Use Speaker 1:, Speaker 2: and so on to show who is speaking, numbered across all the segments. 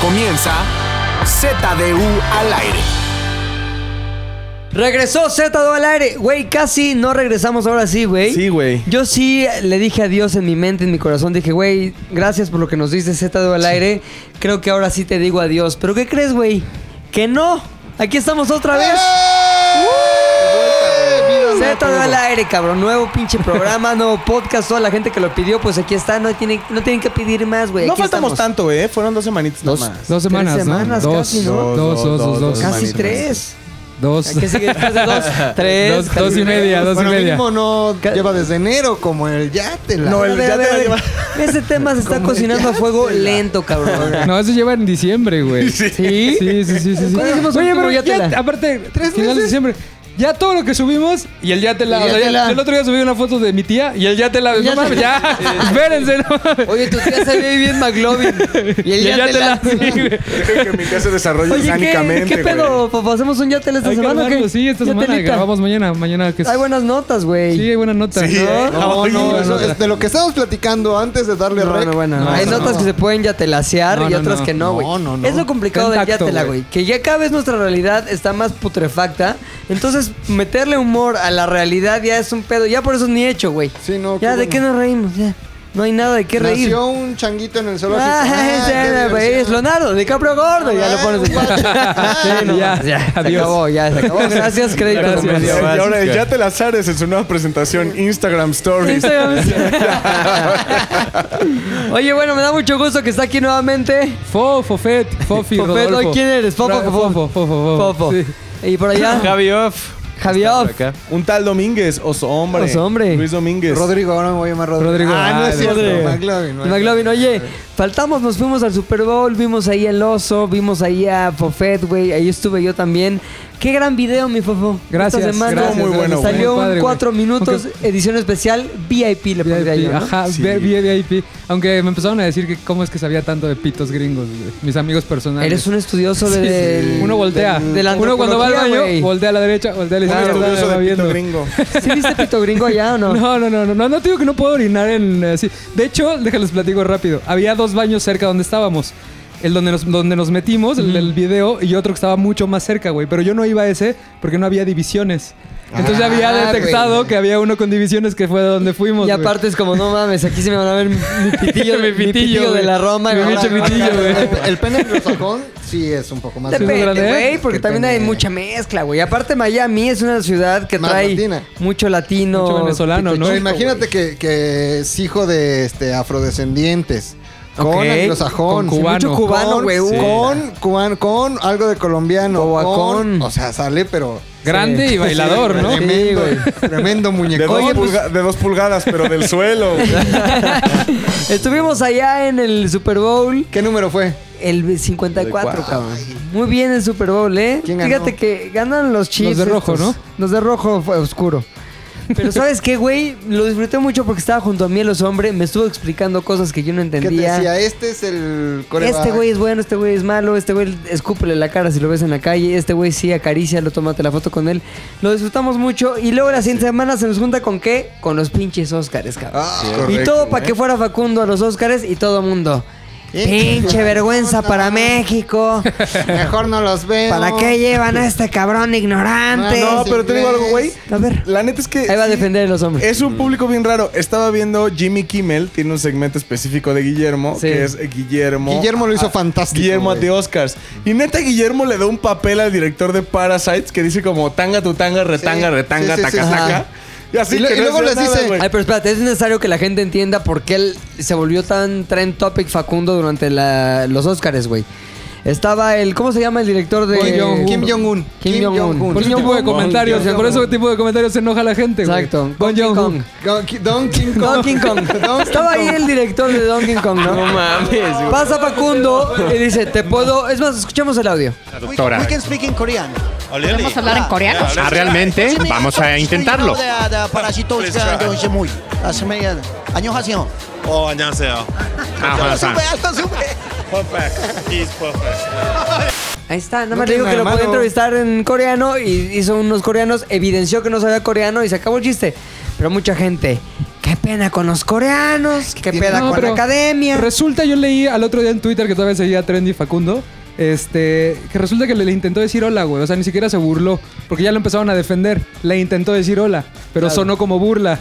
Speaker 1: comienza ZDU al aire.
Speaker 2: Regresó Z2 al aire. Güey, casi no regresamos ahora sí, güey.
Speaker 3: Sí, güey.
Speaker 2: Yo sí le dije adiós en mi mente, en mi corazón. Dije, güey, gracias por lo que nos diste Z2 al aire. Creo que ahora sí te digo adiós. ¿Pero qué crees, güey? Que no. Aquí estamos otra vez. Z2 al aire, cabrón. Nuevo pinche programa, nuevo podcast. Toda la gente que lo pidió, pues aquí está. No tienen, no tienen que pedir más, güey.
Speaker 3: No
Speaker 2: Aquí
Speaker 3: faltamos
Speaker 2: estamos.
Speaker 3: tanto, eh. Fueron dos semanitas
Speaker 4: Dos,
Speaker 3: nada más.
Speaker 4: dos semanas,
Speaker 2: Tres semanas
Speaker 4: ¿no?
Speaker 2: casi, ¿no?
Speaker 4: Dos, dos, dos, dos, dos.
Speaker 2: Casi
Speaker 3: Semanas.
Speaker 2: tres.
Speaker 4: Dos.
Speaker 2: ¿Qué sigue después de dos? Tres.
Speaker 4: Dos- dos y
Speaker 2: tres.
Speaker 4: media, dos
Speaker 5: bueno,
Speaker 4: y media.
Speaker 5: mínimo no lleva desde enero como el yate. La
Speaker 2: No, el,
Speaker 3: ya te la lleva-
Speaker 2: Ese tema se está cocinando a fuego lento, cabrón.
Speaker 4: No, eso lleva en diciembre, güey.
Speaker 2: ¿Sí?
Speaker 4: Sí, sí, sí, sí. sí.
Speaker 2: ¿Cuándo hicimos
Speaker 4: Oye,
Speaker 2: último
Speaker 4: pero
Speaker 2: Yatela?
Speaker 4: ya, aparte,
Speaker 5: ¿Tres
Speaker 4: final de
Speaker 5: meses?
Speaker 4: diciembre. Ya todo lo que subimos y el ya te la.
Speaker 5: El Yatela.
Speaker 4: el otro día subí una foto de mi tía y el ya te la. No
Speaker 5: Yatela.
Speaker 4: mames, ya. Espérense, no mames.
Speaker 2: Oye, tu tía se ve bien McLovin.
Speaker 5: Y el
Speaker 4: Y el
Speaker 5: yate,
Speaker 4: Yatela,
Speaker 5: la-
Speaker 4: sí, güey.
Speaker 3: Dejen que mi casa se desarrolle
Speaker 2: Oye, ¿qué,
Speaker 3: orgánicamente.
Speaker 2: ¿qué pedo? papá? ¿Hacemos un yate esta
Speaker 4: Hay que
Speaker 2: semana o qué?
Speaker 4: hablarlo, Sí, esta semana.
Speaker 2: Yatelita.
Speaker 4: Grabamos mañana. Mañana que es.
Speaker 2: Hay buenas notas,
Speaker 4: Sí,
Speaker 2: güey.
Speaker 4: hay buena nota.
Speaker 3: Sí, ¿eh?
Speaker 5: No,
Speaker 3: Ay,
Speaker 5: no, eso
Speaker 4: otra.
Speaker 5: es de lo que estábamos platicando antes de darle
Speaker 2: No,
Speaker 5: rec.
Speaker 2: no, bueno,
Speaker 4: No,
Speaker 2: hay
Speaker 4: no,
Speaker 2: notas
Speaker 4: no.
Speaker 2: que se pueden yatelasear
Speaker 4: No,
Speaker 2: y
Speaker 4: no,
Speaker 2: otras
Speaker 4: no.
Speaker 2: que no, güey.
Speaker 5: No, no, no.
Speaker 2: Es lo complicado
Speaker 4: Está
Speaker 2: del
Speaker 4: intacto,
Speaker 2: yatela,
Speaker 4: güey.
Speaker 2: güey. Que ya cada vez nuestra realidad está más putrefacta. Entonces, meterle humor a la realidad ya es un pedo. Ya por eso es ni hecho, güey.
Speaker 5: Sí, no,
Speaker 2: Ya, ¿de
Speaker 5: bueno.
Speaker 2: qué nos reímos? Ya. No hay nada de qué reír.
Speaker 5: Nació un changuito en el zoológico.
Speaker 2: Ah,
Speaker 5: Ah,
Speaker 2: ese
Speaker 5: qué
Speaker 2: era,
Speaker 5: diversión.
Speaker 2: güey, es Leonardo, DiCaprio gordo, ya lo
Speaker 5: Ah,
Speaker 2: pones.
Speaker 5: guacho.
Speaker 2: Sí, no,
Speaker 4: Ya,
Speaker 2: ya, se
Speaker 4: adiós.
Speaker 2: acabó, ya se acabó. Gracias, crédito.
Speaker 4: Gracias.
Speaker 3: Y
Speaker 2: comercial.
Speaker 3: ahora el ya te las ares en su nueva presentación, Instagram Stories.
Speaker 2: Instagram. Oye, bueno, me da mucho gusto que está aquí nuevamente.
Speaker 4: Fo, Fofet, Fofi,
Speaker 2: Fofet,
Speaker 4: Rodolfo.
Speaker 2: ¿hoy quién eres? Fofo,
Speaker 4: Ra-
Speaker 2: Fofo.
Speaker 4: Fofo, Fofo, Fofo.
Speaker 2: Fofo.
Speaker 4: Sí.
Speaker 2: Y por allá,
Speaker 6: Javi Off.
Speaker 2: Javier.
Speaker 6: Acá.
Speaker 3: Un tal Domínguez, oso hombre.
Speaker 2: Oso hombre.
Speaker 3: Luis Domínguez.
Speaker 5: Rodrigo, ahora me voy a llamar Rodrigo.
Speaker 4: Rodrigo.
Speaker 5: Ah, no
Speaker 4: Ah,
Speaker 5: es
Speaker 4: de ah,
Speaker 5: cierto.
Speaker 4: Rodrigo.
Speaker 5: McLovin,
Speaker 2: Y
Speaker 5: McLovin.
Speaker 2: McLovin, oye, faltamos, nos fuimos al Super Bowl, vimos ahí al oso, vimos ahí a Fofet, güey, ahí estuve yo también. Qué gran video, mi Fofo.
Speaker 4: Gracias,
Speaker 2: Esta semana
Speaker 4: gracias,
Speaker 3: Estuvo muy bueno, güey.
Speaker 2: salió
Speaker 4: Muy padre,
Speaker 2: un
Speaker 4: güey.
Speaker 2: 4 minutos, edición especial, VIP, le pondría
Speaker 4: VIP,
Speaker 2: yo, ¿no?
Speaker 4: ajá,
Speaker 3: Sí.
Speaker 4: ve- vi- VIP. Aunque me empezaron a decir que cómo es que sabía tanto de pitos gringos, güey. mis amigos personales.
Speaker 2: Eres un estudioso de... del-
Speaker 4: Uno voltea.
Speaker 2: del- de la
Speaker 4: Uno cuando va al
Speaker 2: antropología,
Speaker 4: baño,
Speaker 2: güey.
Speaker 4: voltea a la derecha, voltea a la
Speaker 3: Un
Speaker 4: izquierda.
Speaker 3: estudioso
Speaker 4: va
Speaker 3: de
Speaker 4: viendo.
Speaker 3: pito gringo.
Speaker 2: ¿Sí viste Pito Gringo allá o no?
Speaker 4: No, no, no, no, no, no te digo que no puedo orinar en así. De hecho, déjales platico rápido. Había dos baños cerca donde estábamos. El donde nos, donde nos metimos, el del video, y otro que estaba mucho más cerca, güey. Pero yo no iba a ese porque no había divisiones. Entonces ya había
Speaker 2: Ah,
Speaker 4: detectado
Speaker 2: güey.
Speaker 4: que había uno con divisiones que fue donde fuimos.
Speaker 2: Y
Speaker 4: güey.
Speaker 2: aparte es como, no mames, aquí se me van a ver mi mi pitillo, mi
Speaker 4: Mi
Speaker 2: pitillo,
Speaker 4: pitillo,
Speaker 2: de
Speaker 4: güey.
Speaker 2: la Roma.
Speaker 4: Mi
Speaker 2: güey.
Speaker 4: pinche
Speaker 2: Ahora,
Speaker 4: pitillo,
Speaker 2: ahora,
Speaker 4: güey.
Speaker 5: El pene anglosajón sí es un poco más
Speaker 4: Depende,
Speaker 5: grande. ¿eh?
Speaker 2: Depende,
Speaker 4: grande?
Speaker 2: güey, porque también hay
Speaker 5: Depende.
Speaker 2: mucha mezcla, güey. Aparte, Miami es una ciudad que
Speaker 5: Más
Speaker 2: trae
Speaker 5: latina.
Speaker 2: mucho latino.
Speaker 4: Mucho venezolano,
Speaker 2: pito chico,
Speaker 4: ¿no?
Speaker 5: Pero imagínate que, que es hijo de este, afrodescendientes. Con
Speaker 2: Ok.
Speaker 5: anglosajón.
Speaker 4: Con cubano.
Speaker 2: Mucho cubano,
Speaker 5: Con-
Speaker 2: güey.
Speaker 5: sí.
Speaker 2: Con-
Speaker 5: Con cubano, con algo de colombiano.
Speaker 2: Boacón.
Speaker 5: con- o sea, sale, pero.
Speaker 4: Grande y bailador, ¿no?
Speaker 2: Sí,
Speaker 5: Tremendo,
Speaker 2: güey.
Speaker 5: tremendo pues,
Speaker 3: De dos,
Speaker 5: muñecón.
Speaker 3: pulga- de dos pulgadas, pero del suelo. güey.
Speaker 2: Estuvimos allá en el Super Bowl,
Speaker 5: ¿Qué número fue?
Speaker 2: el 54, cabrón. Muy bien el Super Bowl, ¿eh?
Speaker 5: ¿Quién ganó?
Speaker 2: Fíjate que ganan los Chiefs.
Speaker 4: de rojo,
Speaker 2: estos.
Speaker 4: ¿no?
Speaker 2: Los de rojo fue oscuro. Pero ¿sabes qué, güey? Lo disfruté mucho porque estaba junto a mí el oso hombre, me estuvo explicando cosas que yo no
Speaker 5: ¿Qué te
Speaker 2: entendía.
Speaker 5: decía? Este es el coreback.
Speaker 2: Este güey es bueno, este güey es malo, este güey escúpele la cara si lo ves en la calle, este güey sí acarícialo, tómate la foto con él. Lo disfrutamos mucho y luego la siguiente semana se nos junta con qué? Con los pinches Óscares, cabrón.
Speaker 5: Ah,
Speaker 2: y
Speaker 3: correcto,
Speaker 2: todo para que fuera Facundo a los Óscares y todo mundo.
Speaker 5: Eh,
Speaker 2: Pinche
Speaker 5: no,
Speaker 2: vergüenza
Speaker 5: no.
Speaker 2: para México.
Speaker 5: Mejor no los veo.
Speaker 2: ¿Para qué llevan a este cabrón ignorante?
Speaker 3: No, pero te digo algo, güey.
Speaker 2: A ver.
Speaker 3: La neta es que.
Speaker 2: Ahí va a
Speaker 3: sí,
Speaker 2: defender a los hombres.
Speaker 3: Es
Speaker 4: Mm.
Speaker 3: un público bien raro. Estaba viendo Jimmy Kimmel, tiene un segmento específico de Guillermo,
Speaker 2: Sí.
Speaker 3: que es eh, Guillermo.
Speaker 5: Guillermo lo hizo fantástico.
Speaker 3: Guillermo
Speaker 5: güey.
Speaker 3: de Oscars. Y neta, Guillermo le da un papel al director de Parasites que dice como tanga tu tanga, retanga,
Speaker 5: Sí, sí,
Speaker 3: retanga,
Speaker 5: sí,
Speaker 3: taca,
Speaker 5: sí,
Speaker 3: taca.
Speaker 2: ajá.
Speaker 3: Y así
Speaker 5: Y lo-
Speaker 3: que
Speaker 5: y
Speaker 3: no
Speaker 5: luego
Speaker 3: hacía
Speaker 5: les
Speaker 3: nada,
Speaker 5: dice-
Speaker 3: güey.
Speaker 2: Ay, pero espérate, es necesario que la gente entienda por qué él se volvió tan trend topic Facundo durante la- los Oscars, güey. Estaba el, ¿cómo se llama el director de
Speaker 4: Kim Jong-un.
Speaker 5: Kim Jong-un.
Speaker 2: Kim Jong-un.
Speaker 4: Por ese
Speaker 2: Kim
Speaker 4: tipo de
Speaker 2: Jong-un.
Speaker 4: comentarios,
Speaker 2: Kim
Speaker 4: por ese
Speaker 2: Jong-un.
Speaker 4: tipo de comentarios se enoja la gente, güey.
Speaker 2: Exacto.
Speaker 4: Con
Speaker 2: Donkey
Speaker 4: Jong-un.
Speaker 2: Kong.
Speaker 5: Don Ki- Don King Kong.
Speaker 2: Donkey Kong. Estaba ahí el director de Donkey Kong, ¿no? No mames. Pasa Facundo y dice, te puedo... Es más, escuchamos el audio.
Speaker 7: traductora.
Speaker 8: ¿Podemos hablar en coreano?
Speaker 7: Ah, realmente, vamos a intentarlo.
Speaker 9: 어, 안녕하세요.
Speaker 7: Ah, Hassan.
Speaker 9: Perfect. He's perfect.
Speaker 2: Ahí está, nada
Speaker 5: No
Speaker 2: más le
Speaker 5: tiene
Speaker 2: digo que lo podía
Speaker 5: nada de malo.
Speaker 2: entrevistar en coreano y hizo unos coreanos, evidenció que no sabía coreano y se acabó el chiste. Pero mucha gente, Qué pena con los coreanos, qué
Speaker 5: tiene-
Speaker 2: pena
Speaker 4: No,
Speaker 2: con la
Speaker 4: pero
Speaker 2: academia.
Speaker 4: Resulta, yo leí al otro día en Twitter que todavía seguía Trendy Facundo. Este, que resulta que le, le intentó decir hola, güey. O sea, ni siquiera se burló. Porque ya lo empezaron a defender. Le intentó decir hola, pero sonó como burla.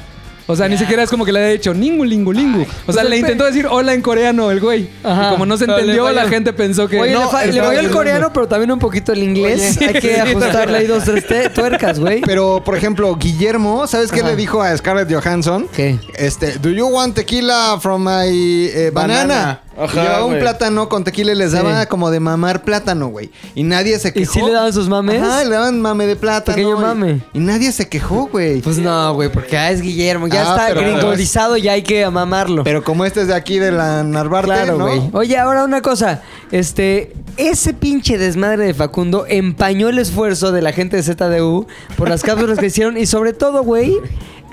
Speaker 4: O sea, ni siquiera es como que le haya dicho ningu, lingu, lingu. o sea,
Speaker 2: pues
Speaker 4: le
Speaker 2: el pe-
Speaker 4: intentó decir hola en coreano el güey.
Speaker 2: Ajá.
Speaker 4: Y como no se Pero le entendió, la falló. gente pensó que.
Speaker 2: Oye,
Speaker 4: no,
Speaker 2: le, fa- le
Speaker 4: estaba
Speaker 2: falló el
Speaker 4: burlando.
Speaker 2: coreano, pero también un poquito el inglés.
Speaker 4: Oye.
Speaker 2: Hay que ajustarle ahí dos, tres te- tuercas, güey.
Speaker 5: Pero, por ejemplo, Guillermo, ¿sabes qué le dijo a Scarlett Johansson?
Speaker 2: ¿Qué?
Speaker 5: Este, do you want tequila from my eh, banana?
Speaker 3: Banana. Ajá,
Speaker 5: Y Llevaba un
Speaker 3: güey.
Speaker 5: plátano con tequila y les daba
Speaker 2: Sí.
Speaker 5: como de mamar plátano, güey. Y nadie se quejó.
Speaker 2: sí le daban sus mames?
Speaker 5: Ajá, le daban mame de plátano.
Speaker 2: Pequeño
Speaker 5: y-
Speaker 2: mame.
Speaker 5: Y, nadie se quejó, güey.
Speaker 2: Pues no, güey, porque ah, es Guillermo. Ya
Speaker 5: Ah,
Speaker 2: está
Speaker 5: pero-
Speaker 2: gringolizado y hay que mamarlo.
Speaker 5: Pero como este es de aquí de la Narvarte,
Speaker 2: Claro,
Speaker 5: ¿no?
Speaker 2: güey. Oye, ahora una cosa. Este, ese pinche desmadre de Facundo empañó el esfuerzo de la gente de ZDU por las cápsulas que hicieron y sobre todo, güey,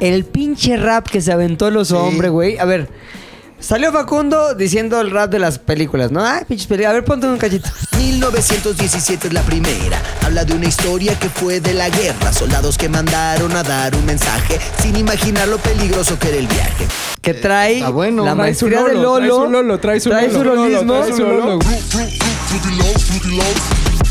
Speaker 2: el pinche rap que se aventó los
Speaker 5: Sí.
Speaker 2: hombres, güey. A ver, salió Facundo diciendo el rap de las películas, ¿no? Ay, pinches películas. A ver, ponte un cachito.
Speaker 6: 1917 es la primera. Habla de una historia que fue de la guerra. Soldados que mandaron a dar un mensaje sin imaginar lo peligroso que era el viaje.
Speaker 2: Que trae
Speaker 5: está bueno.
Speaker 2: la
Speaker 4: Eh, Trae su
Speaker 2: maestría de
Speaker 4: lolo,
Speaker 2: Lolo.
Speaker 4: trae su lolo, trae
Speaker 2: trae
Speaker 4: su lolo.
Speaker 2: su lolismo,
Speaker 4: Trae su lolo, güey.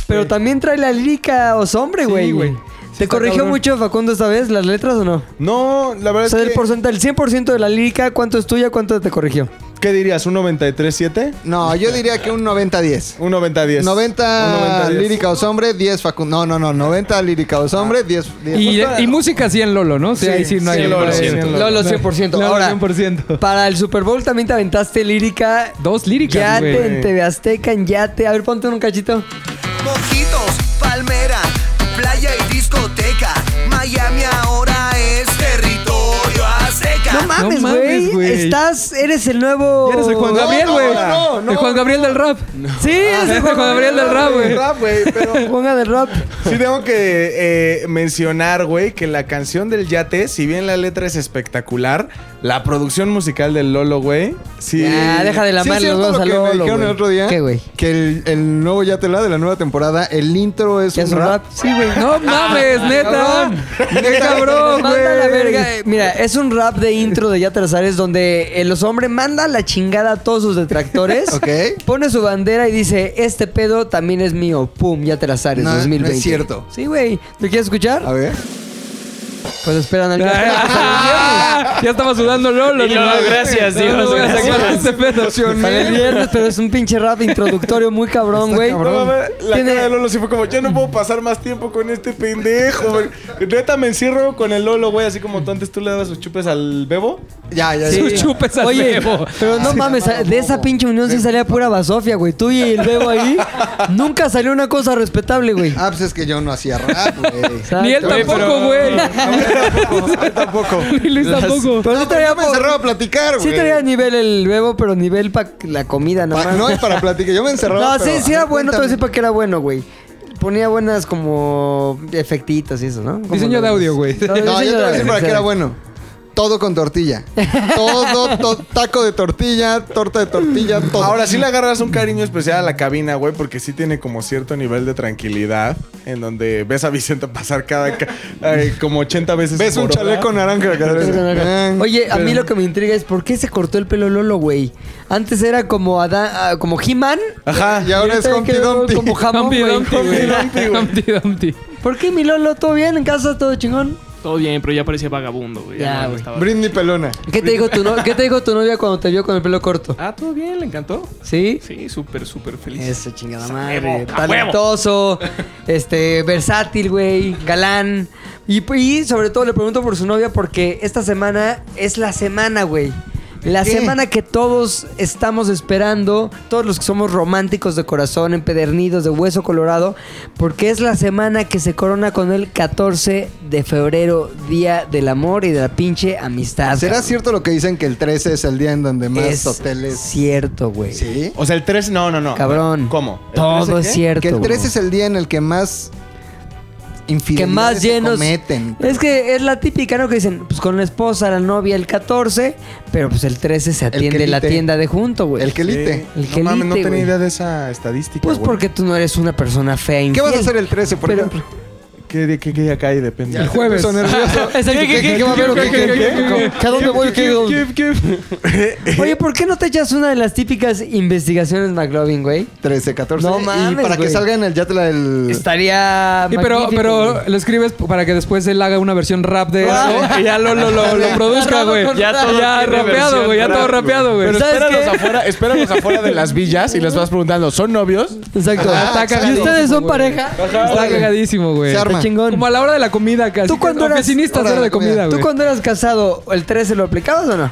Speaker 2: Pero también trae la lírica os hombre, güey.
Speaker 4: güey. Sí,
Speaker 2: ¿Te
Speaker 4: está
Speaker 2: corrigió
Speaker 4: cabrón.
Speaker 2: mucho Facundo esta vez las letras o no?
Speaker 3: No, la verdad
Speaker 2: O sea,
Speaker 3: es
Speaker 2: del
Speaker 3: que...
Speaker 2: porcentaje, el 100% de la lírica, ¿cuánto es tuya? ¿Cuánto te corrigió?
Speaker 3: ¿Qué dirías? ¿Un 93.7?
Speaker 5: No, yo diría que un 90-10.
Speaker 3: Un
Speaker 5: 90
Speaker 3: 90-10. Un 90-10.
Speaker 5: lírica os hombre, 10 Facundo. No, no, no. 90 lírica os hombre, 10. 10
Speaker 2: pues
Speaker 4: Y, y música sí en Lolo, ¿no? Sí, ahí sí no hay.
Speaker 3: sí, Lolo, 100%.
Speaker 2: Lolo, 100%.
Speaker 4: Lolo,
Speaker 2: Ahora,
Speaker 4: 100%.
Speaker 2: Para el Super Bowl también te aventaste lírica.
Speaker 4: Dos líricas,
Speaker 2: Ya
Speaker 4: güey.
Speaker 2: te en TV Azteca, en Yate. A ver, ponte un cachito.
Speaker 6: Mojitos, palmera, playa y discoteca. Miami ahora es territorio azteca.
Speaker 2: No mames,
Speaker 4: mames,
Speaker 2: güey.
Speaker 4: güey.
Speaker 2: Estás, eres el nuevo.
Speaker 4: Ya eres el Juan Gabriel,
Speaker 3: no,
Speaker 4: güey.
Speaker 3: no, no,
Speaker 4: el Juan Gabriel del rap.
Speaker 2: Sí, es
Speaker 4: Ah,
Speaker 2: el Juan Gabriel del rap, güey.
Speaker 3: Rap, Ah, güey, pero...
Speaker 2: Ponga del rap.
Speaker 3: Sí tengo que eh, mencionar, güey, que la canción del Yate, si bien la letra es espectacular, la producción musical del Lolo, güey, sí...
Speaker 2: Ya, deja de
Speaker 5: Sí, es
Speaker 2: lamarlos
Speaker 5: cierto
Speaker 2: vamos
Speaker 5: lo
Speaker 2: a
Speaker 5: que
Speaker 2: Lolo,
Speaker 5: me dijeron
Speaker 2: güey.
Speaker 5: el otro día.
Speaker 2: ¿Qué, güey?
Speaker 5: Que el, el nuevo ya te la de la nueva temporada, el intro es
Speaker 2: ¿Ya
Speaker 5: un rap.
Speaker 2: Sí, güey.
Speaker 4: No mames, neta. Qué cabrón, güey.
Speaker 2: Ah, Manda la verga. Eh, Mira, es un rap de intro de Yatra Zares donde el hombres manda la chingada a todos sus detractores.
Speaker 5: Ok.
Speaker 2: Pone su bandera y dice, este pedo también es mío. Pum, Yatra Zares
Speaker 5: No, no es
Speaker 2: 2020.
Speaker 5: cierto.
Speaker 2: Sí, güey. ¿Lo quieres escuchar?
Speaker 5: A ver.
Speaker 2: Pues esperan al
Speaker 4: Ah, ya estaba sudando Lolo.
Speaker 7: Y Lolo,
Speaker 4: mames.
Speaker 7: gracias,
Speaker 4: No,
Speaker 7: Dios,
Speaker 4: no,
Speaker 7: gracias.
Speaker 4: sacar este pedo.
Speaker 2: Sale el viernes, pero es un pinche rap introductorio muy cabrón, güey.
Speaker 3: No, mames, la
Speaker 2: Tiene-
Speaker 3: cara de Lolo sí fue como, yo no puedo pasar más tiempo con este pendejo, güey. Neta, me encierro con el Lolo, güey, así como tú antes tú le dabas sus chupes al bebo.
Speaker 5: Ya, ya,
Speaker 4: Sus
Speaker 5: ya.
Speaker 4: chupes al
Speaker 2: Oye,
Speaker 4: bebo.
Speaker 2: pero no mames, de esa pinche unión sí salía pura basofia, güey. Tú y el Bebo ahí, nunca salió una cosa respetable, güey.
Speaker 5: Ah, pues es que yo no hacía rap, güey.
Speaker 4: Ni él
Speaker 2: Exacto.
Speaker 4: tampoco, güey.
Speaker 5: Tampoco.
Speaker 4: Ni Luis tampoco.
Speaker 2: Pero sí pues traía,
Speaker 5: Yo me
Speaker 2: por-
Speaker 5: encerraba a platicar, güey.
Speaker 2: sí traía nivel el bebo, pero nivel para la comida
Speaker 5: Pa-
Speaker 2: nada más.
Speaker 5: no es para platicar, yo me encerraba.
Speaker 2: No, sí,
Speaker 5: pero-
Speaker 2: sí era bueno, te voy a
Speaker 5: Cuéntame.
Speaker 2: decir para qué era bueno, güey. Ponía buenas como efectitos y eso, ¿no? Como
Speaker 4: Diseño de
Speaker 2: los-
Speaker 4: audio, güey.
Speaker 2: No,
Speaker 5: No, yo
Speaker 2: diseño
Speaker 5: te
Speaker 2: de
Speaker 5: voy a
Speaker 2: audio,
Speaker 5: decir para qué era
Speaker 2: exacto.
Speaker 5: bueno. Todo con tortilla. Todo, to- taco de tortilla, torta de tortilla, todo.
Speaker 3: Ahora sí le agarras un cariño especial a la cabina, güey, porque sí tiene como cierto nivel de tranquilidad en donde ves a Vicente pasar cada... ca- eh, como 80 veces
Speaker 5: ves un
Speaker 3: por hora.
Speaker 5: chaleco naranja. Eh. cara.
Speaker 2: Oye, a mí lo que me intriga es por qué se cortó el pelo Lolo, güey. Antes era como Adán, ah, como He-Man.
Speaker 3: Ajá.
Speaker 5: Y ahora es
Speaker 2: ahorita
Speaker 5: Humpty
Speaker 2: quedó
Speaker 5: Dumpty.
Speaker 2: Como jamón,
Speaker 4: Humpty
Speaker 2: güey.
Speaker 4: Dumpty, güey. Humpty Dumpty.
Speaker 2: ¿Por qué mi Lolo? ¿Todo bien? ¿En casa todo chingón?
Speaker 10: Todo bien, pero ya parecía vagabundo, güey.
Speaker 2: Ya,
Speaker 10: no, no
Speaker 2: güey.
Speaker 10: estaba-
Speaker 5: Britney Pelona.
Speaker 2: ¿Qué te dijo tu, no- ¿Qué te dijo tu novia cuando te vio con el pelo corto?
Speaker 10: Ah, todo bien, le encantó.
Speaker 2: ¿Sí?
Speaker 10: Sí, súper, súper feliz.
Speaker 2: Eso, chingada
Speaker 10: A
Speaker 2: madre.
Speaker 10: huevo, a
Speaker 2: Talentoso, este, versátil, güey, galán. Y, y sobre todo le pregunto por su novia porque esta semana es la semana, güey. La
Speaker 5: ¿Qué?
Speaker 2: semana que todos estamos esperando, todos los que somos románticos de corazón, empedernidos, de hueso colorado, porque es la semana que se corona con el 14 de febrero, Día del Amor y de la pinche amistad.
Speaker 5: ¿Será
Speaker 2: Ah, cabrón.
Speaker 5: cierto lo que dicen que el 13 es el día en donde más
Speaker 2: Es
Speaker 5: hoteles?
Speaker 2: cierto, güey.
Speaker 5: Sí.
Speaker 3: O sea, el 3... No, no, no.
Speaker 2: Cabrón.
Speaker 3: ¿Cómo? ¿El
Speaker 2: Todo
Speaker 3: 13
Speaker 2: es
Speaker 3: qué?
Speaker 2: cierto.
Speaker 5: Que el 13
Speaker 2: güey.
Speaker 5: es el día en el que más
Speaker 2: que
Speaker 5: infidelidades
Speaker 2: más llenos.
Speaker 5: se cometen.
Speaker 2: Es que es la típica, ¿no? Que dicen, pues con la esposa, la novia, el 14, pero pues el 13 se atiende la
Speaker 5: quelite.
Speaker 2: tienda de junto, güey.
Speaker 5: El que elite.
Speaker 2: El
Speaker 3: no
Speaker 2: quelite,
Speaker 3: mames, no tenía
Speaker 2: güey.
Speaker 3: idea de esa estadística.
Speaker 2: Pues
Speaker 3: güey.
Speaker 2: porque tú no eres una persona fea e
Speaker 5: ¿Qué vas a
Speaker 2: infiel.
Speaker 5: hacer el 13, por
Speaker 2: Pero-
Speaker 5: ejemplo?
Speaker 3: ¿Qué, día- qué, qué día cae? Depende.
Speaker 4: El jueves.
Speaker 5: Son nervioso.
Speaker 4: Es el que- que- que- que va a haber o que- que- que-
Speaker 5: ¿Que ¿A dónde voy? ¿Qué- dónde?
Speaker 2: Oye, ¿por qué no te echas una de las típicas investigaciones McLovin, güey?
Speaker 5: 13, 14.
Speaker 2: No
Speaker 5: y
Speaker 2: mames,
Speaker 5: para
Speaker 2: güey.
Speaker 5: que salga en el yate la del...
Speaker 2: Estaría.
Speaker 4: Y pero,
Speaker 2: magnífico,
Speaker 4: pero
Speaker 2: güey.
Speaker 4: lo escribes para que después él haga una versión rap de eso y ya lo, lo, lo, lo produzca,
Speaker 2: Agarrado
Speaker 4: güey.
Speaker 2: con
Speaker 4: Ya,
Speaker 2: rap.
Speaker 4: todo ya
Speaker 10: tiene
Speaker 4: rapeado,
Speaker 10: versión
Speaker 4: güey. Ya
Speaker 10: rap,
Speaker 4: todo
Speaker 10: güey.
Speaker 4: rapeado, güey.
Speaker 3: Pero
Speaker 2: ¿Sabes
Speaker 3: espéranos
Speaker 2: qué?
Speaker 3: afuera, espéranos afuera de las villas y les vas preguntando, ¿son novios?
Speaker 2: Exacto.
Speaker 5: Ah,
Speaker 4: Está
Speaker 2: ¿Y
Speaker 4: cagadísimo,
Speaker 2: ustedes son
Speaker 4: güey.
Speaker 2: pareja?
Speaker 4: Está cagadísimo, güey.
Speaker 5: Se arma.
Speaker 2: Está chingón.
Speaker 4: Como a la hora de la comida casi.
Speaker 2: ¿Tú cuando eras-
Speaker 4: Oficinista,
Speaker 5: hora de
Speaker 4: cero de
Speaker 5: la comida?
Speaker 4: comida,
Speaker 2: ¿Tú
Speaker 4: güey.
Speaker 2: cuando eras casado, el 13 lo aplicabas o no?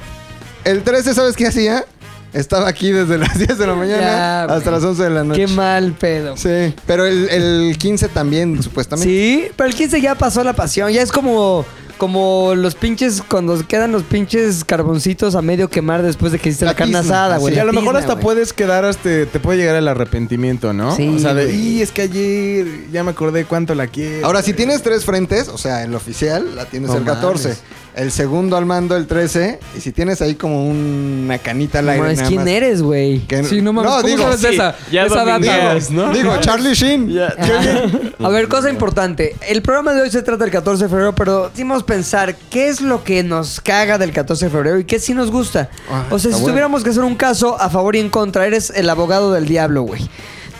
Speaker 5: El 13, ¿sabes qué hacía? Estaba aquí desde las 10 de la
Speaker 2: Ya,
Speaker 5: mañana
Speaker 2: güey.
Speaker 5: hasta las 11 de la noche.
Speaker 2: Qué mal pedo.
Speaker 5: Sí, pero el, el 15 también, supuestamente.
Speaker 2: Sí, pero el 15 ya pasó la pasión. Ya es como, como los pinches, cuando quedan los pinches carboncitos a medio quemar después de que hiciste la,
Speaker 5: La
Speaker 2: carne
Speaker 5: tizna,
Speaker 2: asada, güey.
Speaker 5: así.
Speaker 3: Y
Speaker 2: La
Speaker 3: a lo mejor
Speaker 2: tizna,
Speaker 3: hasta
Speaker 2: Pues güey.
Speaker 3: puedes quedar, hasta, te puede llegar el arrepentimiento, ¿no?
Speaker 2: Sí,
Speaker 3: o sea, de,
Speaker 2: güey.
Speaker 3: y es que ayer ya me acordé cuánto la quiero.
Speaker 5: Ahora, si tienes tres frentes, o sea, el oficial la tienes
Speaker 3: No
Speaker 5: el 14,
Speaker 3: mames.
Speaker 5: el segundo al mando el 13, y si tienes ahí como una canita al
Speaker 2: No,
Speaker 5: aire.
Speaker 2: es
Speaker 5: nada
Speaker 2: quién
Speaker 5: más,
Speaker 2: eres, güey.
Speaker 5: que-
Speaker 4: Sí, no mames. ¿Cómo
Speaker 5: digo,
Speaker 4: sabes de esa?
Speaker 10: ya
Speaker 4: esa data,
Speaker 10: dominé.
Speaker 4: güey.
Speaker 10: ¿no?
Speaker 5: digo, Charlie Sheen.
Speaker 2: A ver, cosa importante. El programa de hoy se trata del 14 de febrero, pero decimos pensar qué es lo que nos caga del 14 de febrero y qué sí nos gusta.
Speaker 5: Ah,
Speaker 2: o sea,
Speaker 5: está
Speaker 2: si
Speaker 5: bueno.
Speaker 2: tuviéramos que hacer un caso a favor y en contra, eres el abogado del diablo, güey.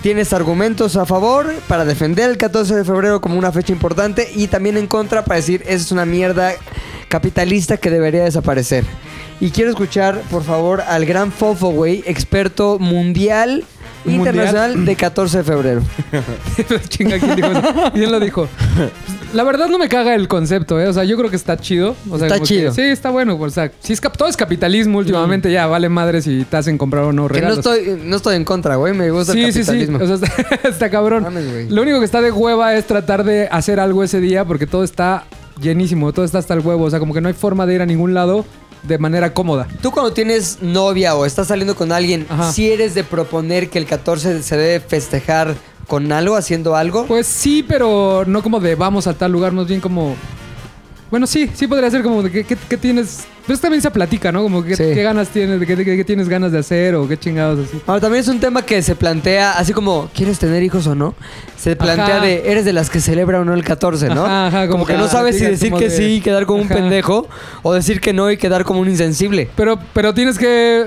Speaker 2: Tienes argumentos a favor para defender el 14 de febrero como una fecha importante y también en contra para decir, esa es una mierda capitalista que debería desaparecer. Y quiero escuchar, por favor, al gran Fofo, güey, experto mundial,
Speaker 4: ¿Mundial?
Speaker 2: internacional de 14 de febrero.
Speaker 4: Chinga, ¿quién dijo eso? ¿Quién lo dijo? La verdad no me caga el concepto, ¿eh? O sea, yo creo que está chido. O sea,
Speaker 2: Está
Speaker 4: como que-
Speaker 2: chido. Mm.
Speaker 4: sí, está bueno. O sea, si es cap- todo es capitalismo últimamente, ya vale madre si te hacen comprar o no
Speaker 2: Que no
Speaker 4: regalos.
Speaker 2: estoy, no estoy en contra, güey. Me gusta el
Speaker 4: Sí, sí, sí.
Speaker 2: capitalismo.
Speaker 4: O sea, está, está cabrón.
Speaker 2: Mames, güey.
Speaker 4: Lo único que está de hueva es tratar de hacer algo ese día porque todo está llenísimo, todo está hasta el huevo. O sea, como que no hay forma de ir a ningún lado de manera cómoda.
Speaker 2: Tú cuando tienes novia o estás saliendo con alguien,
Speaker 4: Ajá.
Speaker 2: si eres de proponer que el 14 se debe festejar con algo, haciendo algo.
Speaker 4: Pues sí, pero no como de vamos a tal lugar, más bien como. Bueno, sí, sí podría ser como de qué, qué- qué tienes. Pero eso también se platica, ¿no? Como que,
Speaker 2: Sí.
Speaker 4: qué ganas tienes, de qué, qué- qué tienes ganas de hacer o qué chingados así.
Speaker 2: Ahora, también es un tema que se plantea, así como, ¿quieres tener hijos o no? Se plantea
Speaker 4: Ajá.
Speaker 2: de, eres de las que celebra o no el 14, ¿no?
Speaker 4: Ajá, ajá,
Speaker 2: como,
Speaker 4: como
Speaker 2: que
Speaker 4: que
Speaker 2: no
Speaker 4: las
Speaker 2: sabes si
Speaker 4: amigas
Speaker 2: decir
Speaker 4: como
Speaker 2: que
Speaker 4: de-
Speaker 2: sí y quedar como un
Speaker 4: Ajá.
Speaker 2: pendejo o decir que no y quedar como un insensible.
Speaker 4: Pero, pero tienes que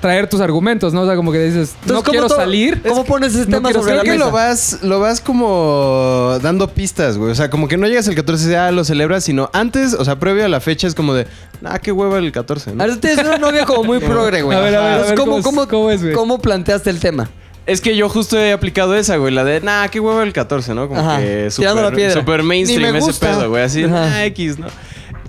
Speaker 4: traer tus argumentos, ¿no? O sea, como que dices, no
Speaker 2: ¿cómo
Speaker 4: quiero
Speaker 2: to-
Speaker 4: salir.
Speaker 2: ¿Cómo pones ese tema
Speaker 4: quiero
Speaker 2: sobre la
Speaker 4: salir.
Speaker 11: Creo que
Speaker 2: mesa?
Speaker 11: lo vas, lo vas como dando pistas, güey. O sea, como que no llegas el 14 y ya lo celebras, sino antes, o sea, previo a la fecha es como de, ah, qué hueva el 14, ¿no?
Speaker 2: A ver, tú tienes una novia como muy progre, güey.
Speaker 4: A ver, a ver, a ver,
Speaker 2: ¿cómo,
Speaker 4: ¿cómo es-
Speaker 2: cómo-
Speaker 4: cómo es, güey?
Speaker 2: ¿Cómo planteaste el tema?
Speaker 11: Es que yo justo he aplicado esa, güey, la de, nah, qué hueva el 14, ¿no? Como
Speaker 2: Ajá.
Speaker 11: que
Speaker 2: Tirando la
Speaker 11: super,
Speaker 2: piedra.
Speaker 11: super
Speaker 5: Ni
Speaker 11: mainstream
Speaker 5: me
Speaker 11: ese
Speaker 5: gusta.
Speaker 11: pedo, güey. Así,
Speaker 2: Ajá.
Speaker 11: nah, X, ¿no?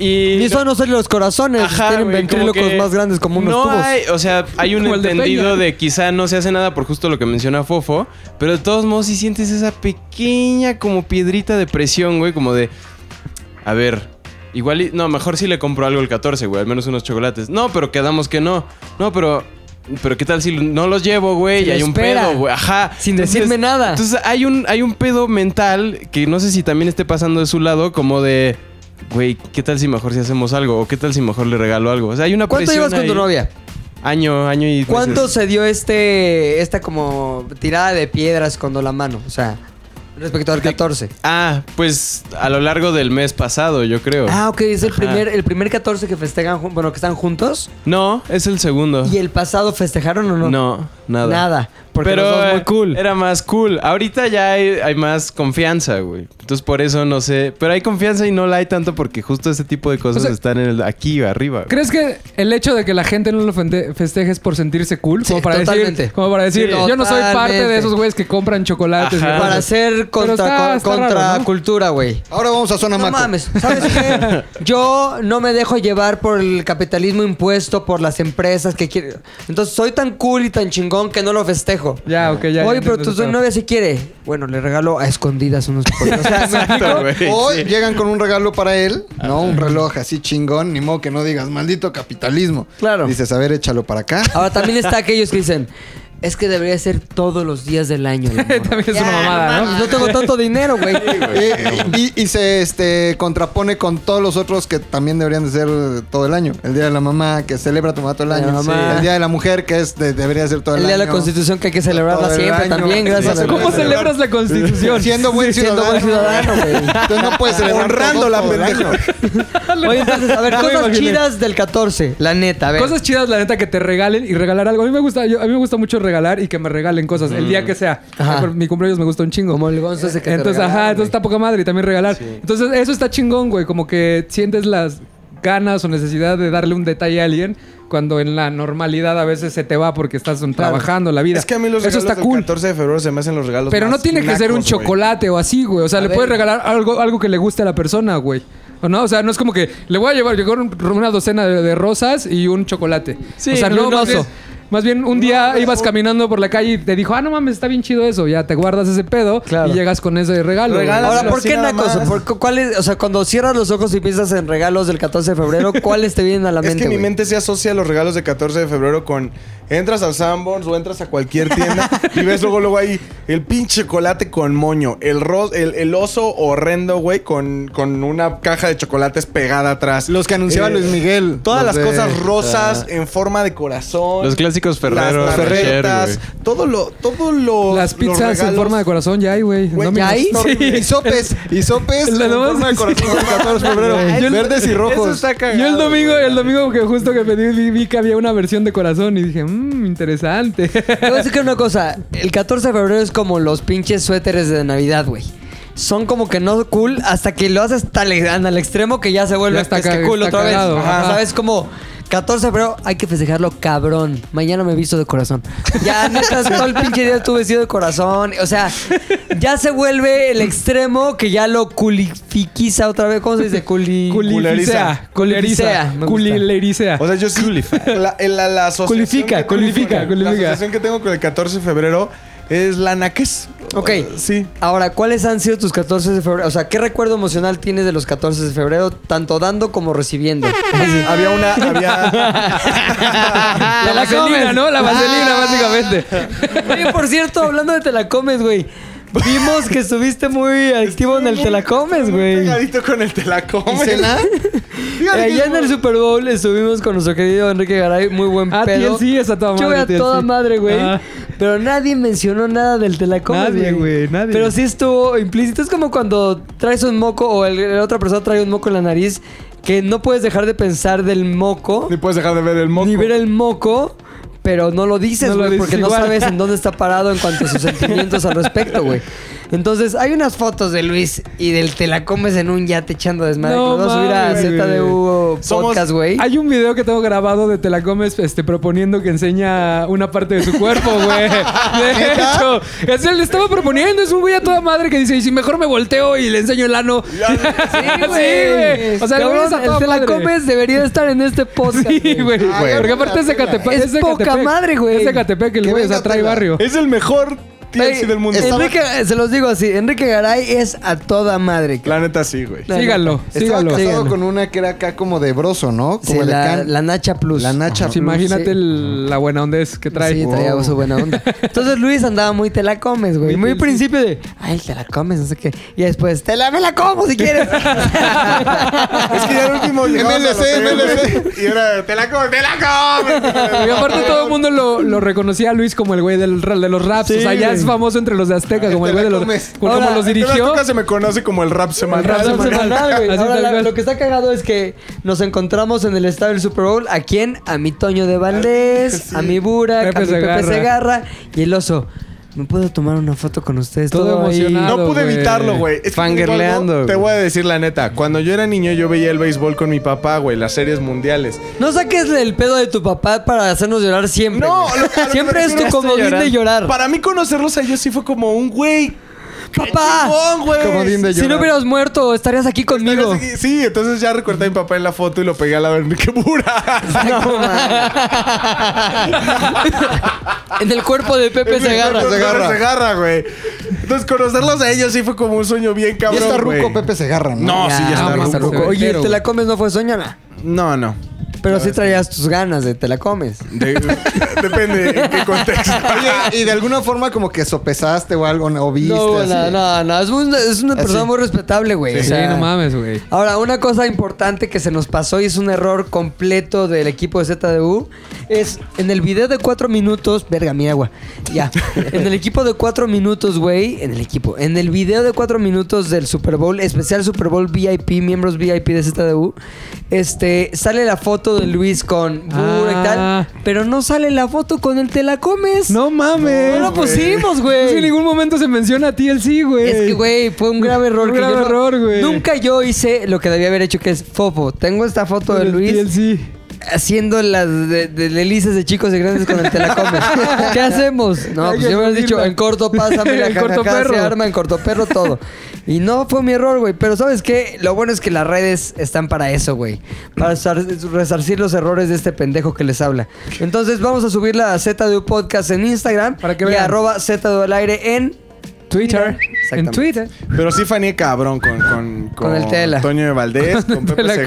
Speaker 11: Y...
Speaker 2: Y eso no son los corazones,
Speaker 11: Ajá,
Speaker 2: tienen
Speaker 11: güey, como
Speaker 2: ventrílocos
Speaker 11: que
Speaker 2: más grandes como unos
Speaker 11: no
Speaker 2: tubos.
Speaker 11: Hay, o sea, hay un
Speaker 4: Como el de
Speaker 11: entendido
Speaker 4: Peña.
Speaker 11: de quizá no se hace nada por justo lo que menciona Fofo, pero de todos modos si sientes esa pequeña como piedrita de presión, güey, como de a ver, igual y- no, mejor si le compro algo el 14, güey, al menos unos chocolates. No, pero quedamos que no. No, pero pero qué tal si no los llevo, güey,
Speaker 2: Si
Speaker 11: y
Speaker 2: lo
Speaker 11: hay un
Speaker 2: espera.
Speaker 11: pedo, güey. Ajá.
Speaker 2: Sin decirme nada.
Speaker 11: Entonces hay un hay un pedo mental que no sé si también esté pasando de su lado como de Güey, ¿qué tal si mejor si hacemos algo? ¿O qué tal si mejor le regalo algo? O sea, hay una
Speaker 2: ¿Cuánto
Speaker 11: presión
Speaker 2: llevas con tu
Speaker 11: ahí.
Speaker 2: novia?
Speaker 11: Año, año y meses.
Speaker 2: ¿Cuánto se dio este esta como tirada de piedras cuando la mano? O sea, respecto al 14.
Speaker 11: Ah, pues a lo largo del mes pasado, yo creo.
Speaker 2: Ah, ok, es el
Speaker 11: Ajá.
Speaker 2: primer, el primer 14 que festejan, jun- bueno, que están juntos.
Speaker 11: No, es el segundo.
Speaker 2: ¿Y el pasado festejaron o no?
Speaker 11: Ah. no? nada.
Speaker 2: Nada. Porque los dos muy
Speaker 11: eh,
Speaker 2: cool.
Speaker 11: Era más cool. Ahorita ya hay, hay más confianza, güey. Entonces por eso no sé. Pero hay confianza y no la hay tanto porque justo ese tipo de cosas
Speaker 4: O sea,
Speaker 11: están en el- aquí arriba. güey.
Speaker 4: ¿Crees que el hecho de que la gente no lo fende- festeje es por sentirse cool?
Speaker 2: Sí,
Speaker 4: como para
Speaker 2: totalmente.
Speaker 4: decir, como para decir
Speaker 2: Sí.
Speaker 4: yo no soy parte
Speaker 2: Totalmente.
Speaker 4: de esos güeyes que compran chocolates.
Speaker 11: Ajá.
Speaker 4: y
Speaker 2: Para
Speaker 4: cosas.
Speaker 2: ser
Speaker 4: Pero
Speaker 2: contra,
Speaker 4: está- está raro,
Speaker 2: contra
Speaker 4: ¿no?
Speaker 2: cultura, güey.
Speaker 5: Ahora vamos a Zona
Speaker 2: No
Speaker 5: Maco.
Speaker 2: mames, ¿sabes qué? Yo no me dejo llevar por el capitalismo impuesto por las empresas que quieren. Entonces soy tan cool y tan chingón que no lo festejo.
Speaker 4: Ya, ok, ya.
Speaker 2: Oye,
Speaker 4: ya
Speaker 2: pero
Speaker 4: entiendo
Speaker 2: tu
Speaker 4: ese pedo.
Speaker 2: novia si quiere. Bueno, le regalo a escondidas unos pollos. O sea, ¿me explico?
Speaker 11: Exacto, güey.
Speaker 5: Hoy llegan con un regalo para él, ¿no? Un reloj así chingón, ni modo que no digas, maldito capitalismo.
Speaker 2: Claro.
Speaker 5: Dices, a ver, échalo para acá.
Speaker 2: Ahora también está aquellos que dicen, Es que debería ser todos los días del año. la morra.
Speaker 4: También es una mamada, ¿no?
Speaker 2: No tengo tanto dinero, güey.
Speaker 5: Eh, y, y se este, contrapone con todos los otros que también deberían de ser todo el año. El Día de la Mamá, que celebra tu mamá todo el
Speaker 2: La
Speaker 5: año.
Speaker 2: mamá.
Speaker 5: El Día de la Mujer, que es de- debería ser todo el,
Speaker 2: El día
Speaker 5: año.
Speaker 2: de la Constitución que hay que celebrarla
Speaker 5: Todo el
Speaker 2: siempre
Speaker 5: año.
Speaker 2: también, gracias.
Speaker 5: Sí,
Speaker 2: a la-
Speaker 4: ¿Cómo celebras la constitución?
Speaker 5: Siendo buen
Speaker 2: Siendo
Speaker 5: ciudadano.
Speaker 2: buen ciudadano, güey.
Speaker 5: Entonces no puedes celebrar
Speaker 3: Honrando
Speaker 5: todo,
Speaker 3: la
Speaker 5: todo el año.
Speaker 2: Oye, entonces, a ver,
Speaker 4: Ya me
Speaker 2: cosas
Speaker 4: imaginé.
Speaker 2: chidas del 14, la neta, a ver.
Speaker 4: Cosas chidas, la neta, que te regalen y regalar algo. A mí me gusta, yo- a mí me gusta mucho regalar y que me regalen cosas, el día que sea.
Speaker 2: Ajá.
Speaker 4: Ay, por- Mi cumpleaños me gusta un chingo.
Speaker 2: Como el Gonzo ese que te
Speaker 4: Entonces,
Speaker 2: regalaron,
Speaker 4: ajá,
Speaker 2: güey.
Speaker 4: entonces está poca madre y también regalar. Entonces, eso está chingón, güey. Como que sientes las ganas o necesidad de darle un detalle a alguien cuando en la normalidad a veces se te va porque estás trabajando la vida.
Speaker 3: Es que a mí los
Speaker 4: Eso
Speaker 3: regalos
Speaker 4: está
Speaker 3: del
Speaker 4: cool.
Speaker 3: 14 de febrero se me hacen los regalos
Speaker 4: Pero no
Speaker 3: más
Speaker 4: tiene que ser un
Speaker 3: nacos, güey.
Speaker 4: chocolate o así, güey. O sea,
Speaker 2: A
Speaker 4: le
Speaker 2: ver.
Speaker 4: puedes regalar algo, algo que le guste a la persona, güey. ¿O no? O sea, no es como que le voy a llevar yo con un- una docena de, de rosas y un chocolate.
Speaker 11: Sí,
Speaker 4: o sea,
Speaker 11: no,
Speaker 4: no,
Speaker 11: no,
Speaker 4: más,
Speaker 11: no.
Speaker 4: más bien un día ibas caminando por la calle y te dijo, ah, no mames, está bien chido eso. Ya te guardas ese pedo
Speaker 2: Claro.
Speaker 4: y llegas con ese regalo. güey.
Speaker 3: Regalas
Speaker 2: Ahora, ¿por
Speaker 3: así
Speaker 2: qué
Speaker 3: nada
Speaker 2: nacos?
Speaker 3: más.
Speaker 2: ¿Por cu- cuál es- o sea, cuando cierras los ojos y piensas en regalos del 14 de febrero, ¿cuáles te vienen a la
Speaker 3: Es
Speaker 2: mente?
Speaker 3: que mi
Speaker 2: güey?
Speaker 3: mente se asocia los regalos de 14 de febrero con entras al Sanborns o entras a cualquier tienda y ves luego luego ahí el pinche chocolate con moño, el ro- el, el oso horrendo, güey, con, con una caja de chocolates pegada atrás.
Speaker 5: Los que anunciaba
Speaker 3: Eh,
Speaker 5: Luis Miguel.
Speaker 3: Todas
Speaker 5: Los
Speaker 3: las
Speaker 5: de-
Speaker 3: cosas rosas en forma de corazón.
Speaker 11: Los clásicos Ferrero
Speaker 3: Las
Speaker 11: Rocher,
Speaker 3: tarjetas,
Speaker 11: güey.
Speaker 3: todo lo todo lo
Speaker 4: Las pizzas en forma de corazón ya hay, güey.
Speaker 3: Güey,
Speaker 4: No me-
Speaker 3: ¿ya hay?
Speaker 4: Sí.
Speaker 5: Y sopes. Y sopes.
Speaker 4: Lo
Speaker 5: en
Speaker 4: demás-
Speaker 5: forma de corazón, el 14 de
Speaker 4: Yo
Speaker 5: febrero.
Speaker 4: el-
Speaker 5: Verdes y
Speaker 3: Eso
Speaker 5: rojos.
Speaker 3: está cagado.
Speaker 4: Yo el domingo, el domingo que justo que pedí vi- vi que había una versión de corazón y dije, mmm, interesante.
Speaker 2: Te voy a decir que una cosa. El 14 de febrero es como los pinches suéteres de Navidad, güey. Son como que no cool hasta que lo haces tan le- al extremo que ya se vuelve
Speaker 4: Ya está
Speaker 2: es que
Speaker 4: ca-
Speaker 2: cool
Speaker 4: está
Speaker 2: otra vez.
Speaker 4: cagado,
Speaker 2: Ajá,
Speaker 4: ajá.
Speaker 2: ¿Sabes? Como 14 de febrero hay que festejarlo cabrón. Mañana me visto de corazón. Ya neta, todo el pinche día estuve vestido de corazón. O sea, ya se vuelve el extremo que ya lo culifiquiza otra vez. ¿Cómo se dice? Culi...
Speaker 4: Culeriza. Culeriza.
Speaker 2: Culeriza, me gusta.
Speaker 4: Culilerizea.
Speaker 3: O sea, yo sí. La, el- la, la asociación
Speaker 4: Culifica,
Speaker 3: que tengo
Speaker 4: culifica,
Speaker 3: con-
Speaker 4: culifica.
Speaker 3: La asociación que tengo con el 14 de febrero es la naques.
Speaker 2: Ok.
Speaker 3: Eh, sí.
Speaker 2: Ahora, ¿cuáles han sido tus 14 de febrero? O sea, ¿qué recuerdo emocional tienes de los 14 de febrero, tanto dando como recibiendo?
Speaker 4: Ah,
Speaker 3: Había una. Había.
Speaker 4: La vaselina, ¿no?
Speaker 3: Ah.
Speaker 4: La vaselina, básicamente.
Speaker 2: Ah. Oye, por cierto, hablando de te la comes, güey. Vimos que estuviste muy activo en el te la comes, güey.
Speaker 3: Pegadito con el telacomes.
Speaker 2: Eh, Allá en el Super Bowl estuvimos con nuestro querido Enrique Garay, muy buen
Speaker 4: Ah,
Speaker 2: pedo.
Speaker 4: TLC es a toda
Speaker 2: Yo
Speaker 4: madre,
Speaker 2: a
Speaker 4: TLC.
Speaker 2: toda madre, güey.
Speaker 4: Ah.
Speaker 2: Pero nadie mencionó nada del te la comes,
Speaker 4: Nadie, güey, nadie.
Speaker 2: Pero sí estuvo implícito. Es como cuando traes un moco o el- la otra persona trae un moco en la nariz que no puedes dejar de pensar del moco
Speaker 3: Ni puedes dejar de ver el moco.
Speaker 2: ni ver el moco, pero no lo dices,
Speaker 4: No lo
Speaker 2: güey,
Speaker 4: dices
Speaker 2: porque no
Speaker 4: igual.
Speaker 2: sabes en dónde está parado en cuanto a sus sentimientos al respecto, güey. Entonces, hay unas fotos de Luis y del te la comes en un yate echando desmadre.
Speaker 4: No
Speaker 2: que lo vas a
Speaker 4: mames,
Speaker 2: subir a ZDU Podcast, güey.
Speaker 4: Hay un video que tengo grabado de Te la comes este, proponiendo que enseña una parte de su cuerpo, güey. De hecho, es él le estaba proponiendo, es un güey a toda madre que dice, y si mejor me volteo y le enseño el ano. sí, güey. O sea, el güey
Speaker 2: Cabrón,
Speaker 4: es a
Speaker 2: el
Speaker 4: toda
Speaker 2: te la
Speaker 4: madre.
Speaker 2: comes debería estar en este podcast.
Speaker 4: Sí, güey.
Speaker 5: güey.
Speaker 4: Porque aparte es de Catepec.
Speaker 2: Es
Speaker 4: de
Speaker 2: poca
Speaker 4: Catepec.
Speaker 2: madre, güey.
Speaker 4: Es de Catepec, el
Speaker 5: Que
Speaker 4: güey, o
Speaker 5: venga
Speaker 4: sea, trae
Speaker 5: Tela.
Speaker 4: barrio.
Speaker 3: Es el mejor TLC
Speaker 2: Güey,
Speaker 3: del mundo.
Speaker 2: Enrique, eh, se los digo así, Enrique Garay es a toda madre.
Speaker 3: La neta sí, güey.
Speaker 2: La-
Speaker 4: Síganlo,
Speaker 5: Estaba
Speaker 4: síganlo.
Speaker 5: casado con una que era acá como de broso, ¿no?
Speaker 2: Sí,
Speaker 5: Como de
Speaker 2: la,
Speaker 5: can.
Speaker 2: la Nacha Plus.
Speaker 5: La Nacha
Speaker 4: Sí,
Speaker 5: Plus.
Speaker 4: imagínate
Speaker 2: Sí.
Speaker 4: el- la buena onda es que trae. Oh.
Speaker 2: Sí, traía su buena onda. Entonces Luis andaba muy te la comes, güey. Muy al principio de, ay, te la comes, no sé qué. Y después, te la me la como si quieres.
Speaker 3: Es que ya el último. llegabas
Speaker 5: MLC,
Speaker 3: al hotel,
Speaker 5: MLC.
Speaker 3: güey, Y era te la comes, te la comes.
Speaker 4: Y aparte todo el mundo lo, lo reconocía a Luis como el güey del, ra- de los raps. o sea, ya es famoso entre los de Azteca, como el güey de los...
Speaker 5: comes.
Speaker 4: Como
Speaker 2: Ahora,
Speaker 4: los
Speaker 3: Entonces,
Speaker 4: dirigió.
Speaker 3: nunca se me conoce como el rap semanal.
Speaker 4: rap
Speaker 2: Random
Speaker 4: semanal.
Speaker 2: semanal, güey.
Speaker 4: Así
Speaker 2: Ahora,
Speaker 4: tal
Speaker 2: la-
Speaker 4: cual.
Speaker 2: lo que está cagado es que nos encontramos en el estadio del Super Bowl. ¿A quién? A mi Toño de Valdés, a mi Burak,
Speaker 4: Pepe
Speaker 2: a mi Pepe
Speaker 4: Segarra.
Speaker 2: Segarra y el oso. ¿Me puedo tomar una foto con ustedes?
Speaker 4: Todo
Speaker 2: ahí.
Speaker 4: emocionado.
Speaker 3: No pude
Speaker 4: güey.
Speaker 3: evitarlo, güey. Es que
Speaker 11: Fangirleando,
Speaker 3: te digo algo, Te
Speaker 11: güey.
Speaker 3: voy a decir la neta. Cuando yo era niño, yo veía el béisbol con mi papá, güey, las series mundiales.
Speaker 2: No saques el pedo de tu papá para hacernos llorar siempre.
Speaker 3: No,
Speaker 2: güey.
Speaker 3: lo- a lo
Speaker 2: siempre
Speaker 3: que
Speaker 2: es
Speaker 3: me
Speaker 2: tu
Speaker 3: refiero
Speaker 2: comodín de llorar.
Speaker 3: Para mí, conocerlos a ellos sí fue como un güey.
Speaker 2: Papá,
Speaker 3: chingón, güey!
Speaker 5: Comodín de
Speaker 2: si no
Speaker 5: llorar.
Speaker 2: hubieras muerto, estarías aquí conmigo.
Speaker 3: Entonces, Sí, entonces ya recorté a mi papá en la foto y lo pegué al lado de Enrique Bura.
Speaker 2: en el cuerpo de Pepe Segarra.
Speaker 3: Se agarra,
Speaker 5: Segarra.
Speaker 3: se agarra, güey. Entonces, conocerlos a ellos sí fue como un sueño bien
Speaker 5: Y
Speaker 3: cabrón.
Speaker 5: está
Speaker 3: güey.
Speaker 5: ruco Pepe Segarra, ¿no?
Speaker 3: No, sí, ya
Speaker 2: Ah,
Speaker 3: está
Speaker 2: mames,
Speaker 3: ruco.
Speaker 2: Oye,
Speaker 4: Pero,
Speaker 2: te la
Speaker 4: güey.
Speaker 2: comes no fue soñana.
Speaker 3: No, no.
Speaker 2: Pero sí traías tus ganas de te la comes.
Speaker 3: Depende en qué contexto.
Speaker 5: Oye, y de alguna forma como que sopesaste o algo, o viste.
Speaker 2: No,
Speaker 5: así
Speaker 2: no,
Speaker 5: de-
Speaker 2: no, no, es una, es una
Speaker 5: Así.
Speaker 2: persona muy respetable, güey.
Speaker 4: Sí,
Speaker 2: o sea,
Speaker 4: no mames, güey.
Speaker 2: Ahora, una cosa importante que se nos pasó y es un error completo del equipo de ZDU es en el video de cuatro minutos. Verga, mi agua. Ya. En el equipo de cuatro minutos, güey. En el equipo. En el video de cuatro minutos del Super Bowl, especial Super Bowl VIP, miembros VIP de ZDU, este, sale la foto de Luis con Bura y
Speaker 4: Ah.
Speaker 2: tal. Pero no sale la foto con el Te la comes.
Speaker 4: No mames.
Speaker 2: No lo pusimos, güey.
Speaker 4: Es que en ningún momento se menciona a TLC, güey.
Speaker 2: Es que, güey, fue un grave error.
Speaker 4: Un
Speaker 2: que
Speaker 4: grave
Speaker 2: yo no-
Speaker 4: error, güey.
Speaker 2: Nunca yo hice lo que debía haber hecho, que es Fofo. Tengo esta foto de
Speaker 4: El
Speaker 2: Luis
Speaker 4: TLC.
Speaker 2: haciendo las de, de delicias de chicos y grandes con el telacomes. ¿Qué hacemos? No,
Speaker 4: Hay
Speaker 2: pues
Speaker 4: que
Speaker 2: yo me
Speaker 4: subirla.
Speaker 2: dicho, en corto pásame la
Speaker 4: En
Speaker 2: jajaja,
Speaker 4: corto perro.
Speaker 2: se arma, en corto perro, todo. Y no fue mi error, güey. Pero ¿sabes qué? Lo bueno es que las redes están para eso, güey. Para sar- resarcir los errores de este pendejo que les habla. Entonces vamos a subir la ZDU Podcast en Instagram
Speaker 4: Para que
Speaker 2: y
Speaker 4: vean.
Speaker 2: arroba ZDU al aire en...
Speaker 4: Twitter. En
Speaker 2: Exactamente.
Speaker 4: Twitter.
Speaker 3: Pero sí faneé cabrón con, con,
Speaker 2: Con el Tela.
Speaker 3: Toño de Valdés, con
Speaker 4: Te la
Speaker 3: Pepe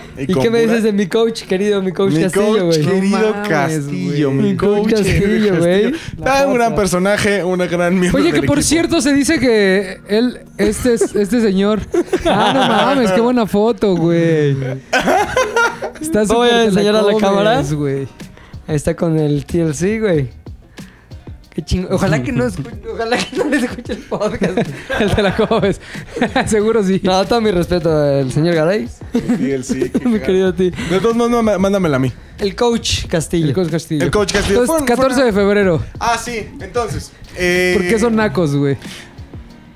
Speaker 4: comes.
Speaker 3: ¿Y,
Speaker 4: ¿Y,
Speaker 3: con
Speaker 4: qué me
Speaker 3: Burak.
Speaker 4: dices de mi coach, querido? Mi coach
Speaker 3: Mi
Speaker 4: Castillo,
Speaker 3: coach,
Speaker 4: güey.
Speaker 3: querido
Speaker 4: No mames,
Speaker 3: Castillo,
Speaker 4: güey.
Speaker 3: mi coach,
Speaker 4: Castillo,
Speaker 3: querido
Speaker 4: güey.
Speaker 3: Castillo. Ah, un gran personaje, una gran miembro
Speaker 4: Oye, que
Speaker 3: del
Speaker 4: por
Speaker 3: equipo.
Speaker 4: cierto se dice que él, este, es- este señor. Ah, no mames, qué buena foto, güey. Está
Speaker 2: Voy
Speaker 4: súper
Speaker 2: a enseñar a la
Speaker 4: telacomes,
Speaker 2: cámara.
Speaker 4: güey.
Speaker 2: Ahí está con el TLC, güey. Qué chingo. Ojalá que no escu- ojalá que no les escuche el podcast.
Speaker 4: El de la comes. Seguro sí.
Speaker 2: No, todo mi respeto al señor Garay.
Speaker 3: Sí, él sí, qué
Speaker 2: Mi
Speaker 3: cagado.
Speaker 2: querido ti.
Speaker 3: De todos modos, no, mándamela a mí.
Speaker 2: El coach Castillo.
Speaker 4: El coach Castillo.
Speaker 3: El coach Castillo.
Speaker 4: Entonces,
Speaker 3: Fueron-
Speaker 4: 14 de febrero.
Speaker 3: Ah, sí, entonces. eh,
Speaker 4: ¿Por qué son nacos, güey?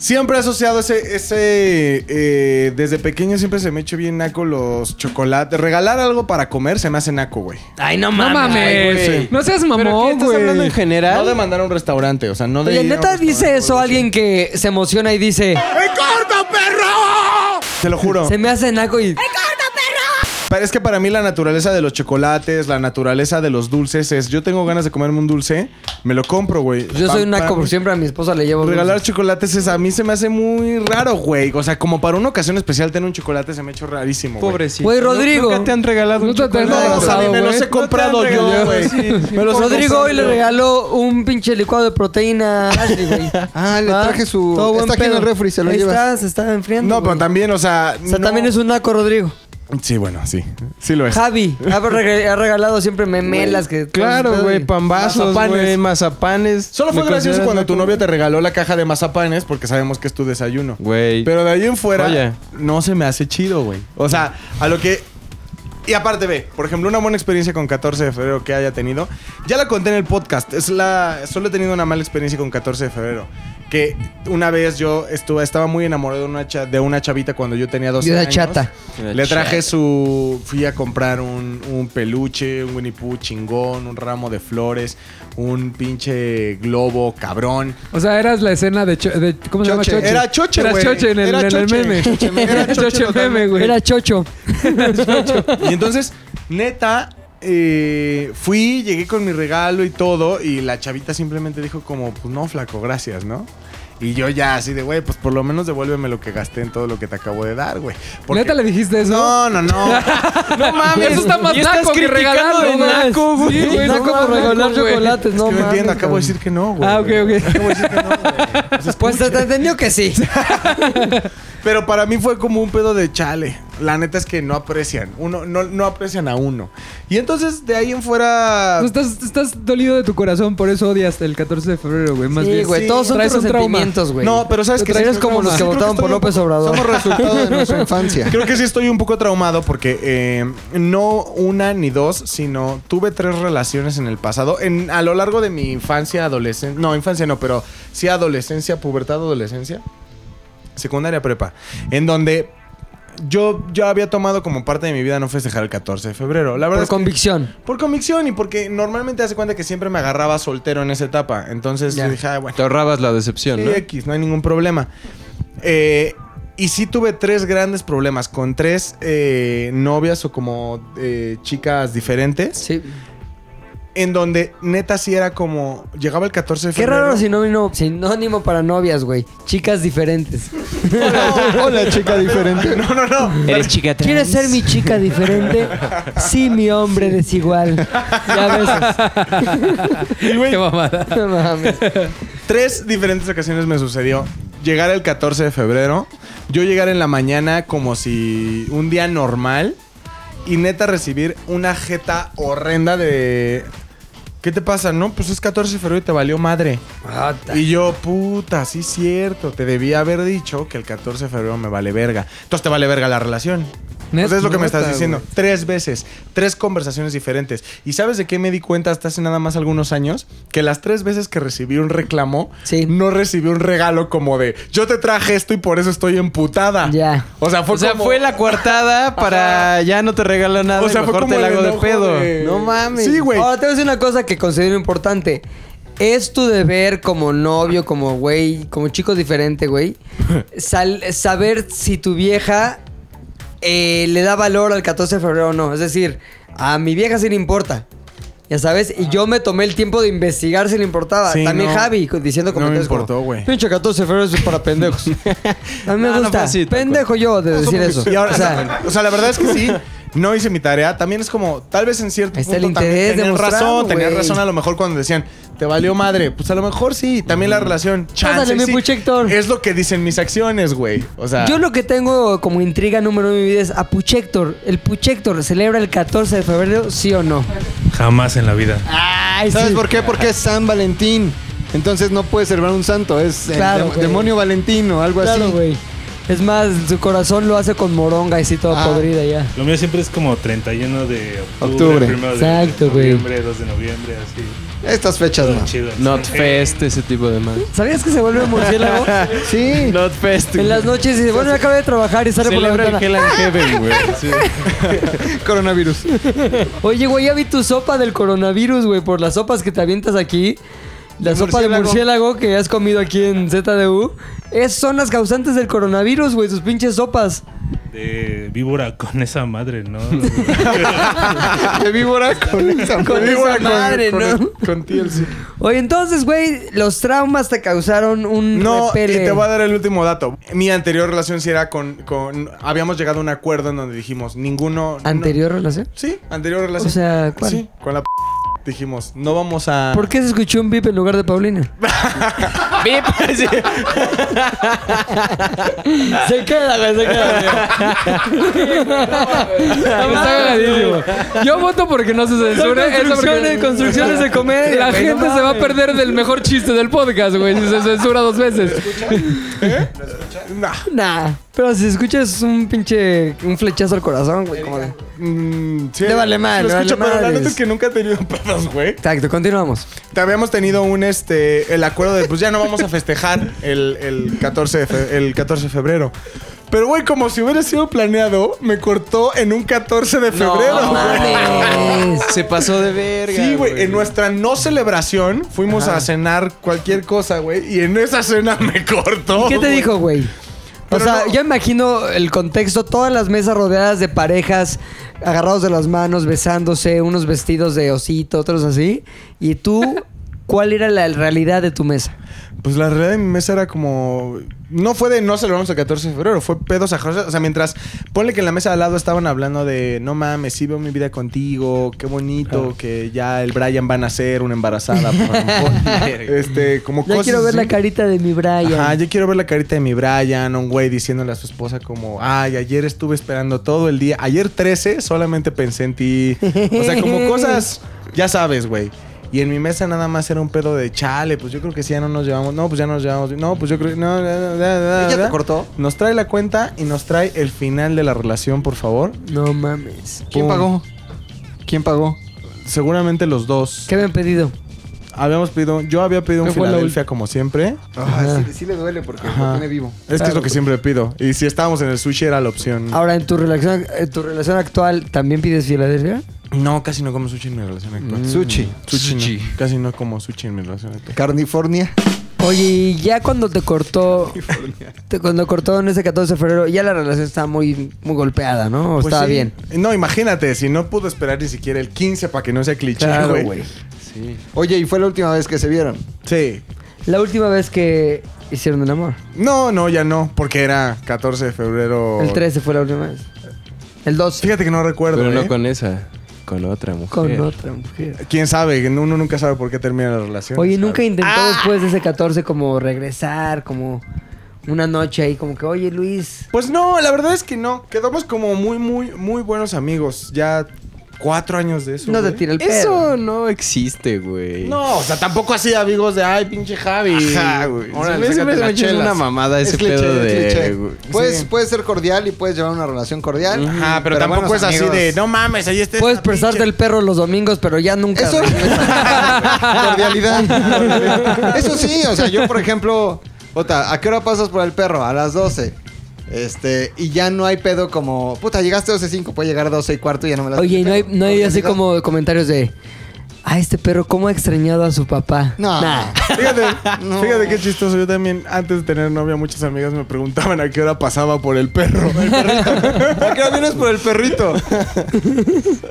Speaker 3: Siempre he asociado ese. ese eh, desde pequeño siempre se me echo bien naco los chocolates. Regalar algo para comer se me hace naco, güey.
Speaker 2: Ay, no
Speaker 4: No
Speaker 2: mames.
Speaker 4: mames.
Speaker 3: güey.
Speaker 4: no seas
Speaker 11: ¿Pero qué
Speaker 4: mamón,
Speaker 11: estás hablando en
Speaker 4: güey.
Speaker 11: general?
Speaker 3: No de mandar a un restaurante, o sea, no de.
Speaker 2: Oye,
Speaker 3: ir a un
Speaker 2: neta dice
Speaker 3: restaurante,
Speaker 2: eso
Speaker 3: güey.
Speaker 2: alguien que se emociona y dice:
Speaker 3: Te lo juro.
Speaker 2: Se me hace naco y.
Speaker 3: Pero es que para mí la naturaleza de los chocolates, la naturaleza de los dulces es, yo tengo ganas de comerme un dulce, me lo compro, güey.
Speaker 2: Yo soy un
Speaker 3: Pa-
Speaker 2: naco,
Speaker 3: pa-
Speaker 2: por siempre a mi esposa le llevo.
Speaker 3: Regalar
Speaker 2: dulces.
Speaker 3: chocolates es a mí se me hace muy raro, güey. O sea, como para una ocasión especial tener un chocolate se me ha hecho rarísimo, güey.
Speaker 11: Pobrecito.
Speaker 2: Güey, Rodrigo.
Speaker 11: Nunca te han regalado
Speaker 4: No
Speaker 11: un
Speaker 4: te han
Speaker 11: chocolate.
Speaker 3: No, o sea, ni me los
Speaker 4: güey.
Speaker 3: he comprado
Speaker 11: No te han
Speaker 3: yo,
Speaker 11: regalado,
Speaker 3: güey.
Speaker 11: sí.
Speaker 3: Me los he
Speaker 2: Rodrigo hoy le
Speaker 3: comprado.
Speaker 2: regaló un pinche licuado de proteína a Ashley, güey.
Speaker 5: Ah, le
Speaker 2: ¿Va?
Speaker 5: traje su-
Speaker 2: Todo buen
Speaker 5: está aquí en
Speaker 2: pedo.
Speaker 5: el refri, se lo
Speaker 2: Ahí
Speaker 5: llevas.
Speaker 2: está, se está enfriando.
Speaker 3: No, pero
Speaker 2: güey.
Speaker 3: también, o sea...
Speaker 2: O sea, también es un naco, Rodrigo.
Speaker 3: Sí, bueno, sí. Sí lo es.
Speaker 2: Javi ha reg- ha regalado siempre memelas que
Speaker 11: Claro, güey, pambazos,
Speaker 2: Mazapanes.
Speaker 11: güey, mazapanes.
Speaker 3: Solo fue
Speaker 11: Me
Speaker 3: gracioso
Speaker 11: consideras
Speaker 3: cuando tu
Speaker 11: naco.
Speaker 3: novia te regaló la caja de mazapanes porque sabemos que es tu desayuno.
Speaker 11: Güey.
Speaker 3: Pero de ahí en fuera,
Speaker 11: Oye.
Speaker 3: no se me hace chido, güey. O sea, a lo que. Y aparte, ve, por ejemplo, una buena experiencia con 14 de febrero que haya tenido. Ya la conté en el podcast. Es la. Solo he tenido una mala experiencia con 14 de febrero. Que una vez yo estuve, estaba muy enamorado de una, cha- de una chavita cuando yo tenía 12
Speaker 2: Y una
Speaker 3: años.
Speaker 2: chata.
Speaker 11: Una
Speaker 3: Le traje
Speaker 11: chata.
Speaker 3: su. Fui a comprar un, un peluche, un Winnie Pooh chingón, un ramo de flores, un pinche globo cabrón.
Speaker 4: O sea, eras la escena de, Cho- de- ¿cómo se llama
Speaker 3: Choche.
Speaker 4: Choche?
Speaker 3: Era Choche,
Speaker 4: Era
Speaker 3: güey.
Speaker 4: Choche en el,
Speaker 3: Era
Speaker 4: en el
Speaker 3: Choche.
Speaker 4: meme.
Speaker 3: Choche meme. Era
Speaker 4: Era
Speaker 3: Choche
Speaker 4: Choche meme, güey.
Speaker 2: Era chocho.
Speaker 3: Y entonces, neta, eh, fui, llegué con mi regalo y todo, y la chavita simplemente dijo como, pues no, flaco, gracias, ¿no? Y yo ya así de, güey, pues por lo menos devuélveme lo que gasté en todo lo que te acabo de dar, güey. Porque-
Speaker 4: ¿Neta le dijiste eso?
Speaker 3: No, no, no.
Speaker 4: No mames, eso está más
Speaker 11: y estás
Speaker 4: naco que
Speaker 11: criticando
Speaker 4: regalar,
Speaker 11: de
Speaker 4: no mames.
Speaker 11: naco, güey.
Speaker 4: Sí, güey,
Speaker 2: Naco
Speaker 4: no
Speaker 2: por
Speaker 4: mames,
Speaker 2: regalar
Speaker 4: güey.
Speaker 2: chocolates,
Speaker 3: es
Speaker 2: no
Speaker 3: que no
Speaker 2: mames,
Speaker 3: entiendo, acabo
Speaker 2: cabrón.
Speaker 3: de decir que no, güey.
Speaker 4: Ah, ok, ok.
Speaker 3: Acabo de decir que no, güey. Entonces,
Speaker 2: Pues te entendió que sí.
Speaker 3: Pero para mí fue como un pedo de chale. La neta es que no aprecian. Uno, no, no aprecian a uno. Y entonces de ahí en fuera.
Speaker 4: No, Pues
Speaker 2: Pues,
Speaker 4: estás, estás dolido de tu corazón, por eso odias el 14 de febrero, güey. Más
Speaker 2: Sí,
Speaker 4: bien.
Speaker 2: güey, todos son
Speaker 4: Traes un trauma.
Speaker 2: resentimientos, güey.
Speaker 3: No, pero sabes que sí
Speaker 2: Eres
Speaker 3: creo
Speaker 2: como
Speaker 3: que-
Speaker 2: los
Speaker 3: sí
Speaker 2: que
Speaker 3: creo
Speaker 2: votaron
Speaker 3: estoy
Speaker 2: por
Speaker 3: un-
Speaker 2: López Obrador.
Speaker 5: Somos resultado de nuestra infancia.
Speaker 3: Creo que sí estoy un poco traumado porque eh, no una ni dos, sino tuve tres relaciones en el pasado. En, a lo largo de mi infancia, adolescencia. No, infancia no, pero sí adolescencia, pubertad, adolescencia. Secundaria prepa. En donde yo, yo había tomado como parte de mi vida no festejar el 14 de febrero. La verdad
Speaker 2: Por
Speaker 3: es que-
Speaker 2: convicción.
Speaker 3: por convicción y porque normalmente hace cuenta que siempre me agarraba soltero en esa etapa. Entonces
Speaker 2: Ya.
Speaker 3: yo dije, ah, bueno.
Speaker 11: Te ahorrabas la decepción, ¿no?
Speaker 3: Sí, X, no hay ningún problema. Eh, y sí tuve tres grandes problemas con tres eh, novias o como eh, chicas diferentes.
Speaker 2: Sí.
Speaker 3: en donde neta sí era como. Llegaba el 14 de
Speaker 2: Qué
Speaker 3: febrero.
Speaker 2: raro sinónimo, sinónimo para novias, güey. Chicas diferentes.
Speaker 5: Hola, chica diferente.
Speaker 3: No, no, no.
Speaker 2: Eres
Speaker 11: chica
Speaker 2: ¿Quieres ser mi chica diferente? Sí, mi hombre desigual. Ya
Speaker 3: Y, güey,
Speaker 2: ves. No mames.
Speaker 3: Tres diferentes ocasiones me sucedió. Llegar el 14 de febrero, yo llegar en la mañana como si un día normal y neta recibir una jeta horrenda de... ¿Qué te pasa? No, pues es 14 de febrero y te valió madre. Y yo, puta, sí es cierto, te debía haber dicho que el 14 de febrero me vale verga. Entonces te vale verga la relación.
Speaker 4: Net-
Speaker 3: Entonces es lo que me
Speaker 4: neta,
Speaker 3: estás diciendo.
Speaker 4: güey.
Speaker 3: Tres veces, tres conversaciones diferentes. ¿Y sabes de qué me di cuenta hasta hace nada más algunos años? Que las tres veces que recibí un reclamo, no recibí un regalo como de yo te traje esto y por eso estoy emputada.
Speaker 2: Ya.
Speaker 3: O sea, fue
Speaker 11: o sea,
Speaker 3: como-
Speaker 11: fue la coartada para ya no te regalo nada
Speaker 3: O sea,
Speaker 11: y
Speaker 3: fue
Speaker 11: mejor
Speaker 3: como
Speaker 11: te la
Speaker 3: el
Speaker 11: hago de
Speaker 3: enojo
Speaker 11: pedo.
Speaker 3: de-
Speaker 2: No mames.
Speaker 3: Sí, güey.
Speaker 2: Ahora te voy a decir una cosa que considero importante. Es tu deber como novio, como güey, como chico diferente, güey, sal- saber si tu vieja eh, le da valor al 14 de febrero o no. Es decir, a mi vieja sí le importa. Ya sabes, y yo me tomé el tiempo de investigar si le importaba.
Speaker 3: Sí,
Speaker 2: También
Speaker 3: no.
Speaker 2: Javi diciendo
Speaker 3: No me
Speaker 2: comentarios como
Speaker 3: importó, güey.
Speaker 2: Pinche 14 de febrero eso es para pendejos. A mí me
Speaker 11: No, no
Speaker 2: gusta.
Speaker 11: fue así, tal cual.
Speaker 2: Pendejo yo de decir eso.
Speaker 3: Y ahora-
Speaker 2: o sea,
Speaker 3: o sea, la verdad es que sí. No hice mi tarea. También es como, tal vez en cierto
Speaker 2: Ahí está el
Speaker 3: punto
Speaker 2: interés
Speaker 3: también tenían
Speaker 2: demostrado,
Speaker 3: razón. Tenían
Speaker 2: güey.
Speaker 3: razón a lo mejor cuando decían, te valió madre. Pues a lo mejor sí. También la relación. Chance,
Speaker 2: Mm. Pásale, mi
Speaker 3: sí.
Speaker 2: puche, Héctor.
Speaker 3: Es lo que dicen mis acciones, güey. O sea,
Speaker 2: Yo lo que tengo como intriga número uno de mi vida es a Puchector. ¿El Puchector celebra el 14 de febrero, sí o no?
Speaker 12: Jamás en la vida.
Speaker 5: ¿Sabes por qué? Porque es San Valentín. Entonces no puede celebrar un santo, es el
Speaker 2: Claro,
Speaker 5: dem-
Speaker 2: güey.
Speaker 5: demonio Valentín o algo
Speaker 2: Claro,
Speaker 5: así.
Speaker 2: güey. Es más, su corazón lo hace con moronga y sí, toda
Speaker 5: Ah.
Speaker 2: podrida ya.
Speaker 12: Lo mío siempre es como 31 de octubre,
Speaker 5: Octubre.
Speaker 12: primero de
Speaker 2: Exacto, güey.
Speaker 12: noviembre, 2 de noviembre, así.
Speaker 5: Estas fechas no.
Speaker 12: Chido.
Speaker 11: Not fest, ese tipo de más.
Speaker 2: ¿Sabías que se vuelve murciélago? sí.
Speaker 11: Not fest.
Speaker 2: En las noches dice, bueno, ya acabé de trabajar y sale por la
Speaker 11: Celebra el
Speaker 2: ventana.
Speaker 11: Hell and Heaven, güey. Sí.
Speaker 5: Coronavirus.
Speaker 2: Oye, güey, ya vi tu sopa del coronavirus, güey, por las sopas que te avientas aquí. La
Speaker 5: De
Speaker 2: sopa de
Speaker 5: murciélago.
Speaker 2: murciélago que has comido aquí en ZDU. Es, son las causantes del coronavirus, güey, sus pinches sopas.
Speaker 12: De víbora con esa madre, ¿no?
Speaker 5: De víbora con esa
Speaker 2: Con
Speaker 5: víbora
Speaker 2: esa madre,
Speaker 5: con-
Speaker 2: ¿no?
Speaker 3: con TLC.
Speaker 2: Oye, entonces, güey, los traumas te causaron un
Speaker 3: No,
Speaker 2: repele.
Speaker 3: y te voy a dar el último dato. Mi anterior relación sí era con, con- Habíamos llegado a un acuerdo en donde dijimos, ninguno... no-
Speaker 2: ¿Anterior relación?
Speaker 3: sí, anterior relación.
Speaker 2: O sea, ¿cuál?
Speaker 3: Sí, con la... p- Dijimos, no vamos a...
Speaker 2: ¿Por qué se escuchó un bip en lugar de Paulina?
Speaker 11: Bip. Sí.
Speaker 2: se queda, güey, se queda.
Speaker 4: Está cagadísimo. Yo voto porque no se censure. eso porque-
Speaker 2: construcciones, construcciones de comedia.
Speaker 4: La
Speaker 2: güey, no
Speaker 4: gente se va a
Speaker 2: mames.
Speaker 4: perder del mejor chiste del podcast, güey, si se censura dos veces.
Speaker 3: Nah.
Speaker 2: Nah, pero si escuchas un pinche un flechazo al corazón, güey, como de...
Speaker 3: Mm, sí,
Speaker 2: Le vale mal,
Speaker 3: lo
Speaker 2: le
Speaker 3: escucho,
Speaker 2: vale
Speaker 3: pero la
Speaker 2: madres.
Speaker 3: neta es que nunca he tenido pedos, güey.
Speaker 2: Exacto, continuamos.
Speaker 3: Te habíamos tenido un este el acuerdo de pues ya no vamos a festejar el, el 14 de fe- el 14 de febrero. Pero güey, como si hubiera sido planeado, me cortó en un 14 de febrero. güey.
Speaker 2: mames.
Speaker 11: Se pasó de verga.
Speaker 3: Sí, güey, en nuestra no celebración fuimos a cenar cualquier cosa, güey, y en esa cena me cortó.
Speaker 2: ¿Qué te
Speaker 3: güey.
Speaker 2: dijo, güey? O
Speaker 3: Oh, Pero
Speaker 2: sea,
Speaker 3: no.
Speaker 2: yo imagino el contexto, todas las mesas rodeadas de parejas, agarrados de las manos, besándose, unos vestidos de osito, otros así. Y tú, ¿cuál era la realidad de tu mesa?
Speaker 3: Pues la realidad de mi mesa era como. No fue de no celebramos el 14 de febrero, fue pedos a O sea, mientras. Ponle que en la mesa de al lado estaban hablando de no mames, sí veo mi vida contigo, qué bonito, que ya el Brian va a nacer una embarazada. por favor. este, como
Speaker 2: Ya
Speaker 3: cosas
Speaker 2: quiero ver
Speaker 3: así.
Speaker 2: la carita de mi Brian.
Speaker 3: Ajá, yo quiero ver la carita de mi Brian, un güey diciéndole a su esposa como, ay, ayer estuve esperando todo el día, ayer 13 solamente pensé en ti. O sea, como cosas, ya sabes, güey. Y en mi mesa nada más era un pedo de chale, pues yo creo que sí, ya no nos llevamos, no, pues ya no nos llevamos, no, pues yo creo que no, da, da, da, da,
Speaker 5: ¿Ella te
Speaker 3: da".
Speaker 5: cortó?
Speaker 3: Nos trae la cuenta y nos trae el final de la relación, por favor.
Speaker 2: No mames.
Speaker 5: ¿Quién
Speaker 3: Pum.
Speaker 5: pagó? ¿Quién pagó?
Speaker 3: Seguramente los dos.
Speaker 2: ¿Qué me han pedido?
Speaker 3: Habíamos pedido, yo había pedido un
Speaker 4: ¿Qué fue la
Speaker 3: Filadelfia como siempre.
Speaker 5: Ah, sí, sí le duele porque
Speaker 3: Ajá.
Speaker 5: lo tiene vivo.
Speaker 3: Es que es lo que siempre pido. Y si estábamos en el sushi era la opción.
Speaker 2: Ahora, en tu relación, en tu relación actual, ¿también pides Filadelfia?
Speaker 3: No, casi no como sushi en mi relación
Speaker 2: Mm,
Speaker 3: actual.
Speaker 5: Sushi.
Speaker 3: Sushi. no. Casi no como sushi en mi relación actual.
Speaker 5: California.
Speaker 2: Oye, y ya cuando te cortó, te- cuando cortó en ese 14 de febrero, ya la relación estaba muy, muy golpeada, ¿no? O
Speaker 3: Pues
Speaker 2: estaba
Speaker 3: sí.
Speaker 2: bien.
Speaker 3: No, imagínate, si no pudo esperar ni siquiera el 15 para que no sea cliché,
Speaker 2: Claro,
Speaker 3: güey.
Speaker 2: güey.
Speaker 5: Oye, y fue la última vez que se vieron.
Speaker 3: Sí.
Speaker 2: La última vez que hicieron el amor.
Speaker 3: No, no, ya no, porque era 14 de febrero.
Speaker 2: El 13 fue la última vez. El 2.
Speaker 3: Fíjate que no recuerdo.
Speaker 11: Pero no
Speaker 3: ¿eh?
Speaker 11: con esa, con otra mujer.
Speaker 2: Con otra mujer.
Speaker 3: Quién sabe, uno nunca sabe por qué termina la relación.
Speaker 2: Oye, nunca intentó después de ese 14 como regresar, como una noche ahí, como que, oye Luis.
Speaker 3: Pues no, la verdad es que no. Quedamos como muy, muy, muy buenos amigos. Ya cuatro años de eso.
Speaker 2: No te
Speaker 3: güey.
Speaker 2: tira el pedo.
Speaker 11: Eso no existe, güey.
Speaker 3: No, o sea, tampoco así amigos de ay, pinche Javi.
Speaker 11: Ajá, güey.
Speaker 3: Órale,
Speaker 11: Se me- se me- se
Speaker 3: sácate
Speaker 11: me
Speaker 3: las
Speaker 11: hizo
Speaker 3: chelas.
Speaker 11: una mamada ese pedo de- Eh, güey. Pues,
Speaker 5: Puedes,
Speaker 3: Sí.
Speaker 5: puedes ser cordial y puedes llevar una relación cordial.
Speaker 3: Ajá, pero, tampoco
Speaker 5: buenos
Speaker 3: es así
Speaker 5: amigos.
Speaker 3: de no mames, ahí está.
Speaker 2: Puedes prestarte el perro los domingos, pero ya nunca.
Speaker 5: Eso- Cordialidad. Eso sí, o sea, yo por ejemplo, puta, ¿a qué hora pasas por el perro? A las 12. Este, y ya no hay pedo como, puta, llegaste a 12.05, puede llegar a 12 y cuarto y ya no me la
Speaker 2: Oye, ¿y no hay, no hay así como comentarios de. Ah, este perro, ¿cómo ha extrañado a su papá?
Speaker 5: No.
Speaker 2: Nah.
Speaker 3: Fíjate, fíjate qué chistoso. Yo también, antes de tener novia, muchas amigas me preguntaban a qué hora pasaba por el perro.
Speaker 5: ¿A qué hora vienes por el perrito?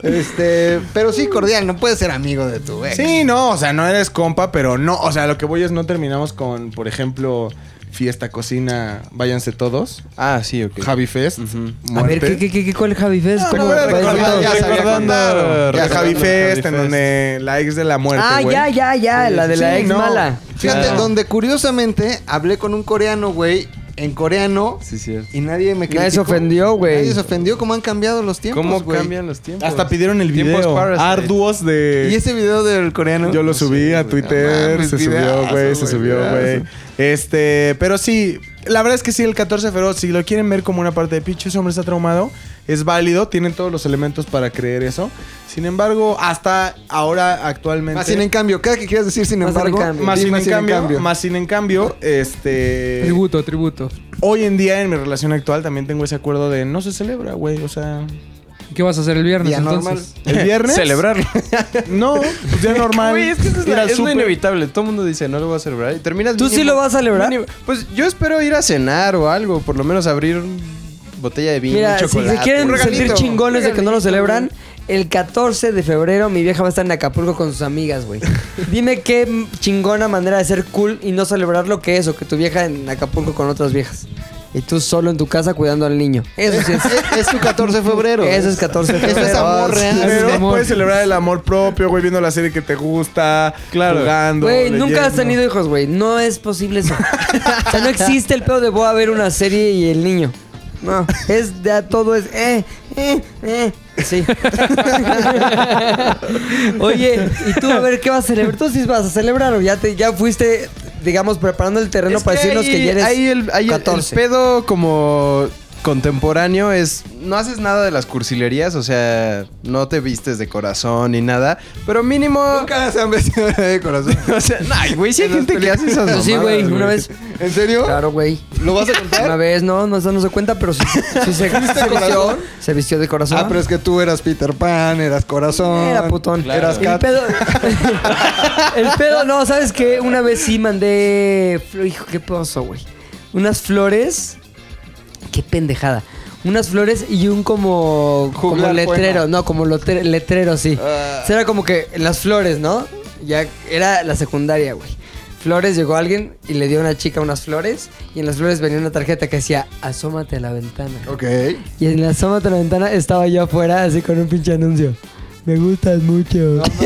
Speaker 5: este, pero sí, cordial, no puedes ser amigo de tu ex.
Speaker 3: Sí, no, o sea, no eres compa, pero no, o sea, lo que voy es no terminamos con, por ejemplo, fiesta, cocina, váyanse todos.
Speaker 11: Ah, sí, ok.
Speaker 3: Javi Fest.
Speaker 2: A ver,
Speaker 3: muerte.
Speaker 2: ¿qué, qué, qué, qué cuál Javi Fest?
Speaker 3: No,
Speaker 2: ¿Cómo
Speaker 3: no,
Speaker 2: parece
Speaker 3: recordando,
Speaker 2: todo?
Speaker 5: ya sabía
Speaker 3: recordando
Speaker 5: contar.
Speaker 3: la
Speaker 5: Ya
Speaker 3: Javi
Speaker 5: sabía
Speaker 3: Fest,
Speaker 5: contar.
Speaker 3: en donde la ex de la muerte.
Speaker 2: Ah,
Speaker 3: güey.
Speaker 2: ya, ya, ya,
Speaker 3: Sí,
Speaker 2: la de
Speaker 3: sí,
Speaker 2: la
Speaker 3: sí,
Speaker 2: ex
Speaker 3: no.
Speaker 2: mala.
Speaker 5: Fíjate,
Speaker 2: Claro.
Speaker 5: donde curiosamente hablé con un coreano, güey, en coreano,
Speaker 11: Sí, cierto.
Speaker 5: y nadie me criticó.
Speaker 2: Nadie se ofendió, güey.
Speaker 5: Nadie se ofendió, cómo han cambiado los tiempos,
Speaker 11: ¿Cómo
Speaker 5: güey.
Speaker 11: cambian los tiempos?
Speaker 3: Hasta pidieron el
Speaker 11: Tiempos
Speaker 3: video.
Speaker 11: Parasite.
Speaker 3: Arduos
Speaker 5: Y
Speaker 3: de.
Speaker 5: ese video del coreano.
Speaker 3: Yo lo subí a
Speaker 5: No
Speaker 3: Twitter,
Speaker 5: mames,
Speaker 3: se subió,
Speaker 5: videazo,
Speaker 3: güey, se
Speaker 5: güey,
Speaker 3: subió,
Speaker 5: videazo.
Speaker 3: güey. Este, pero sí, la verdad es que sí, el 14 de febrero, si lo quieren ver como una parte de pinche, ese hombre está traumado, es válido, tienen todos los elementos para creer eso. Sin embargo, hasta ahora, actualmente.
Speaker 5: Más ah, sin en cambio, cada que quieras decir sin
Speaker 2: Más sin en
Speaker 5: embargo,
Speaker 2: cambio.
Speaker 3: más
Speaker 5: di
Speaker 3: sin en cambio, más sin en cambio, este.
Speaker 4: Tributo, tributo.
Speaker 3: Hoy en día, en mi relación actual, también tengo ese acuerdo de no se celebra, güey, o sea.
Speaker 4: ¿Qué vas a hacer el viernes
Speaker 5: Día
Speaker 4: entonces?
Speaker 5: normal.
Speaker 3: El viernes.
Speaker 11: Celebrarlo.
Speaker 3: No, pues ya normal.
Speaker 11: Güey, es que eso es,
Speaker 3: ir
Speaker 11: la-
Speaker 3: al
Speaker 11: es lo
Speaker 3: súper.
Speaker 11: inevitable. Todo el mundo dice, no lo voy a celebrar. Y terminas
Speaker 2: ¿Tú sí lo vas a celebrar?
Speaker 11: pues yo espero ir a cenar o algo. Por lo menos abrir un botella de vino,
Speaker 2: Mira,
Speaker 11: un
Speaker 2: si
Speaker 11: chocolate.
Speaker 2: se quieren
Speaker 11: un regalito.
Speaker 2: sentir chingones de que no lo celebran, el 14 de febrero mi vieja va a estar en Acapulco con sus amigas, güey. Dime qué m- chingona manera de ser cool y no celebrar lo que es o que tu vieja en Acapulco con otras viejas. Y tú solo en tu casa cuidando al niño. Eso sí es.
Speaker 5: Es, es su 14 de febrero.
Speaker 2: Eso es 14 de
Speaker 5: Eso es
Speaker 2: febrero.
Speaker 5: amor real.
Speaker 3: Pero
Speaker 4: Gracias, amor.
Speaker 3: puedes celebrar el amor propio, güey, viendo la serie que te gusta,
Speaker 11: Claro.
Speaker 3: jugando.
Speaker 2: Güey, nunca has
Speaker 3: leyendo.
Speaker 2: tenido hijos, güey. No es posible eso. o sea, no existe el pedo de voy a ver una serie y el niño. No, es de a todo es eh, eh, eh. Sí. Oye, ¿y tú a ver qué vas a celebrar? Tú sí vas a celebrar o ya te ya fuiste digamos preparando el terreno
Speaker 11: Es
Speaker 2: para decirnos que ya eres
Speaker 11: ahí el, ahí el- el
Speaker 2: 14.
Speaker 11: pedo como contemporáneo es no haces nada de las cursilerías, o sea, no te vistes de corazón ni nada, pero mínimo
Speaker 5: Nunca se han vestido de corazón.
Speaker 11: o sea, no, ay, güey, sí hay
Speaker 5: En las
Speaker 11: gente que hace esas
Speaker 2: Pues
Speaker 11: mamadas,
Speaker 2: sí, güey, una vez.
Speaker 5: ¿En serio?
Speaker 2: Claro, güey.
Speaker 5: ¿Lo vas a contar?
Speaker 2: Una vez, no, no, eso no se cuenta, pero sí, sí se, se vistió,
Speaker 5: corazón?
Speaker 2: se vistió de corazón.
Speaker 5: Ah, pero es que tú eras Peter Pan, eras corazón.
Speaker 2: Era putón.
Speaker 5: Eras
Speaker 2: El
Speaker 5: cat.
Speaker 2: pedo. el pedo, no, ¿sabes qué? Una vez sí mandé. fl- Hijo, qué pozo, güey. Unas flores. Qué pendejada. Unas flores y un como. como
Speaker 5: Juglar Ah.
Speaker 2: letrero.
Speaker 5: poema.
Speaker 2: No, como lotre- letrero, sí. O sea, era como que las flores, ¿no? Ya era la secundaria, güey. Flores llegó alguien y le dio a una chica unas flores. Y en las flores venía una tarjeta que decía: Asómate a la ventana.
Speaker 5: Ok.
Speaker 2: Y en la sombra de la ventana estaba yo afuera, así con un pinche anuncio. Me gustas mucho.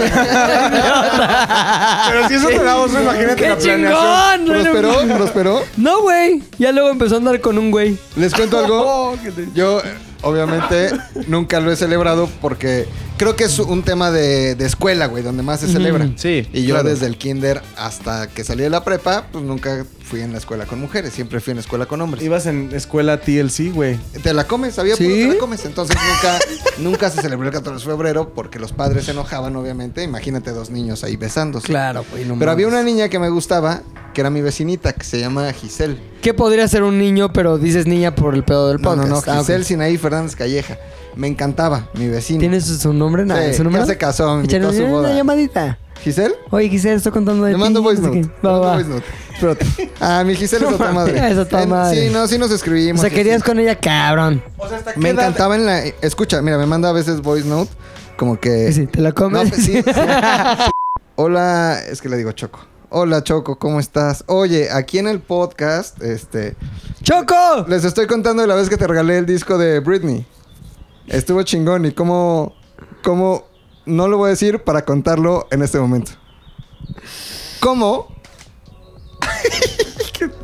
Speaker 3: Pero si eso te da oso, imagínate
Speaker 2: ¡Qué
Speaker 3: la planeación.
Speaker 2: chingón! No,
Speaker 5: ¿Prosperó?
Speaker 2: no, no.
Speaker 5: ¿Prosperó?
Speaker 2: No, güey. Ya luego empezó a andar con un güey.
Speaker 5: ¿Les cuento
Speaker 2: Oh,
Speaker 5: algo? Yo, eh, obviamente, nunca lo he celebrado porque creo que es un tema de, de escuela, güey, donde más se celebra.
Speaker 11: Sí,
Speaker 5: Y yo
Speaker 11: claro.
Speaker 5: desde el kinder hasta que salí de la prepa, pues nunca fui en la escuela con mujeres, siempre fui en la escuela con hombres.
Speaker 3: Ibas en escuela TLC, güey.
Speaker 5: Te la comes, había
Speaker 2: ¿Sí?
Speaker 5: puro te la comes. Entonces nunca, nunca se celebró el 14 de febrero porque los padres se enojaban, obviamente. Imagínate dos niños ahí besándose.
Speaker 2: Claro, güey. No
Speaker 5: Pero había
Speaker 2: mames.
Speaker 5: una niña que me gustaba, que era mi vecinita, que se llama Giselle.
Speaker 2: ¿Qué podría ser un niño, pero dices niña por el pedo del
Speaker 5: No, no,
Speaker 2: podcast?
Speaker 5: no,
Speaker 2: Ah, ok.
Speaker 5: Giselle Sinaí Fernández Calleja. Me encantaba, mi vecina.
Speaker 2: ¿Tienes su- su nombre? Nada,
Speaker 5: Sí,
Speaker 2: ¿Su nombre?
Speaker 5: ya se casó, me
Speaker 2: Échale
Speaker 5: invitó a su
Speaker 2: una
Speaker 5: boda.
Speaker 2: llamadita.
Speaker 5: ¿Giselle?
Speaker 2: Oye, Giselle, estoy contando de
Speaker 5: Le
Speaker 2: ti.
Speaker 5: mando voice
Speaker 2: no sé
Speaker 5: note.
Speaker 2: qué.
Speaker 5: Le
Speaker 2: Va,
Speaker 5: mando
Speaker 2: va.
Speaker 5: voice note. Espérate. Ah, mi Giselle es otra madre.
Speaker 2: Es otra
Speaker 5: En-
Speaker 2: madre.
Speaker 5: Sí, no, sí nos
Speaker 2: O
Speaker 5: escribimos.
Speaker 2: sea,
Speaker 5: y
Speaker 2: querías
Speaker 5: así.
Speaker 2: con ella, cabrón.
Speaker 3: O sea, hasta
Speaker 5: Me encantaba en la... Escucha, mira, me manda a veces voice note como que...
Speaker 2: Eh, Sí, te la
Speaker 5: No,
Speaker 2: comes.
Speaker 5: pues sí, sí. Hola, es que le digo Choco. Hola Choco, ¿cómo estás? Oye, aquí en el podcast, este...
Speaker 2: ¡Choco!
Speaker 5: Les estoy contando de la vez que te regalé el disco de Britney. Estuvo chingón y cómo... cómo no lo voy a decir para contarlo en este momento. ¿Cómo?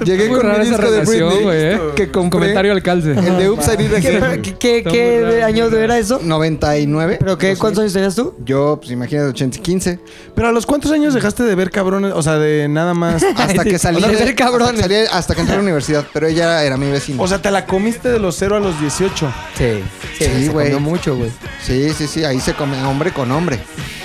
Speaker 5: Llegué
Speaker 4: Muy
Speaker 5: con
Speaker 4: rara
Speaker 5: mi
Speaker 4: esa
Speaker 5: disco de
Speaker 4: relación,
Speaker 5: Britney
Speaker 4: güey, ¿eh?
Speaker 5: que compré.
Speaker 4: Comentario al calce.
Speaker 5: El de Upside Down.
Speaker 4: ¿Qué- qué- qué- Está muy qué raro.
Speaker 5: año era eso? 99. ¿Pero qué? ¿Cuántos
Speaker 2: años tenías tú?
Speaker 5: Yo, pues imagínate, 80 y 15.
Speaker 3: Pero a los cuántos años dejaste de ver cabrones, o sea, de nada más.
Speaker 5: Hasta que salí.
Speaker 3: O sea,
Speaker 5: hasta que salí- hasta que entré a la universidad, pero ella era mi vecina.
Speaker 3: o sea, te la comiste de los 0 a los 18.
Speaker 2: Sí,
Speaker 5: Sí, güey.
Speaker 2: mucho, güey.
Speaker 5: Sí, sí, sí. Ahí se come hombre con hombre.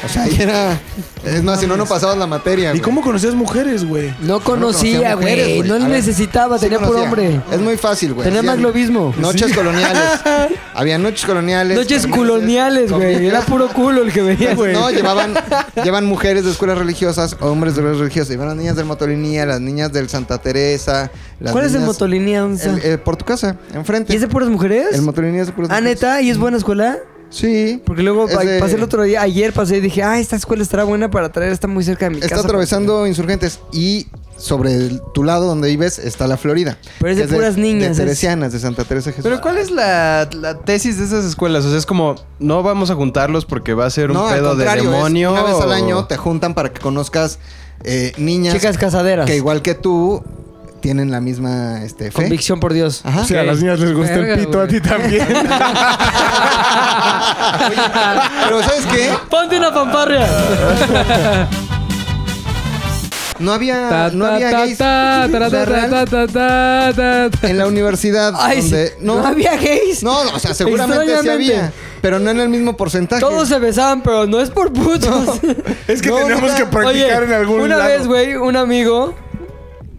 Speaker 5: O sea, ahí era. Es más, si no, no pasabas la materia.
Speaker 3: ¿Y
Speaker 5: güey.
Speaker 3: cómo conocías mujeres, güey?
Speaker 2: No
Speaker 5: conocía
Speaker 2: conocía,
Speaker 5: mujeres,
Speaker 2: güey.
Speaker 5: güey.
Speaker 2: No
Speaker 5: A ver,
Speaker 2: necesitaba,
Speaker 5: Sí
Speaker 2: tenía por
Speaker 5: conocía.
Speaker 2: hombre.
Speaker 5: Es muy fácil, güey.
Speaker 2: Tenía
Speaker 5: Sí, había
Speaker 2: maglobismo.
Speaker 5: Noches
Speaker 2: Sí.
Speaker 5: coloniales. Había noches coloniales.
Speaker 2: Noches
Speaker 5: Comidas.
Speaker 2: coloniales, güey. Era puro culo el que veía, güey.
Speaker 5: No, llevaban, llevan mujeres de escuelas religiosas, hombres de escuelas religiosas. Llevan las niñas del Motolinía, las niñas del Santa Teresa. Las
Speaker 2: ¿Cuál es el
Speaker 5: niñas-
Speaker 2: Motolinía? ¿Dónde está?
Speaker 5: El- eh, por tu casa, enfrente.
Speaker 2: ¿Y es de puras mujeres?
Speaker 5: El Motolinía es de puras
Speaker 2: Ah,
Speaker 5: mujeres.
Speaker 2: neta, ¿y es buena escuela?
Speaker 5: Sí.
Speaker 2: Porque luego
Speaker 5: Es
Speaker 2: pa-
Speaker 5: de-
Speaker 2: pasé el otro día, ayer pasé y dije, ah, esta escuela estará buena para traer, está muy cerca de mi
Speaker 5: Está
Speaker 2: casa.
Speaker 5: atravesando insurgentes y sobre el- tu lado donde vives está la Florida.
Speaker 2: Pero es de
Speaker 5: que
Speaker 2: puras niñas, es-
Speaker 5: De teresianas, de Santa Teresa de Jesús.
Speaker 11: Pero ¿cuál es la, la tesis de esas escuelas? O sea, es como, no vamos a juntarlos porque va a ser un
Speaker 5: no, al
Speaker 11: pedo de
Speaker 5: contrario, es
Speaker 11: demonio.
Speaker 5: Una vez al año
Speaker 11: o-
Speaker 5: te juntan para que conozcas eh, niñas
Speaker 2: Chicas casaderas.
Speaker 5: que igual que tú tienen la misma este, fe.
Speaker 2: Convicción por Dios.
Speaker 5: Ajá.
Speaker 3: O sea, a las niñas les gusta
Speaker 2: Verga,
Speaker 3: el pito, a ti también.
Speaker 5: Pero ¿sabes qué?
Speaker 2: ¡Ponte una fanfarria!
Speaker 5: No había,
Speaker 4: Ta,
Speaker 5: no
Speaker 4: ta,
Speaker 5: había
Speaker 4: ta,
Speaker 5: gays.
Speaker 4: ta, ta,
Speaker 5: O sea,
Speaker 4: ta,
Speaker 5: real,
Speaker 4: ta, ta, ta, ta, ta.
Speaker 5: en la universidad
Speaker 2: Ay,
Speaker 5: donde
Speaker 2: sí. ¿No había gays?
Speaker 5: No, no, o sea, seguramente sí
Speaker 2: Extrañamente.
Speaker 5: había, pero no en el mismo porcentaje.
Speaker 2: Todos se besaban, pero no es por putos.
Speaker 3: Es que
Speaker 5: No,
Speaker 3: teníamos
Speaker 5: neta.
Speaker 3: que practicar
Speaker 2: Oye,
Speaker 3: en algún
Speaker 2: una
Speaker 3: lado.
Speaker 2: vez, güey, un amigo,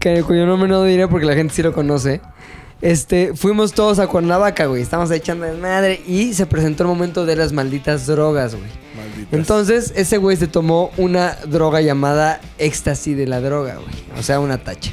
Speaker 2: que, cuyo nombre no diré porque la gente sí lo conoce, este, fuimos todos a Cuernavaca, güey. Estábamos echando de madre y se presentó el momento de las malditas drogas, güey. Entonces, ese güey se tomó una droga llamada éxtasis de la droga, güey. O sea, una tacha.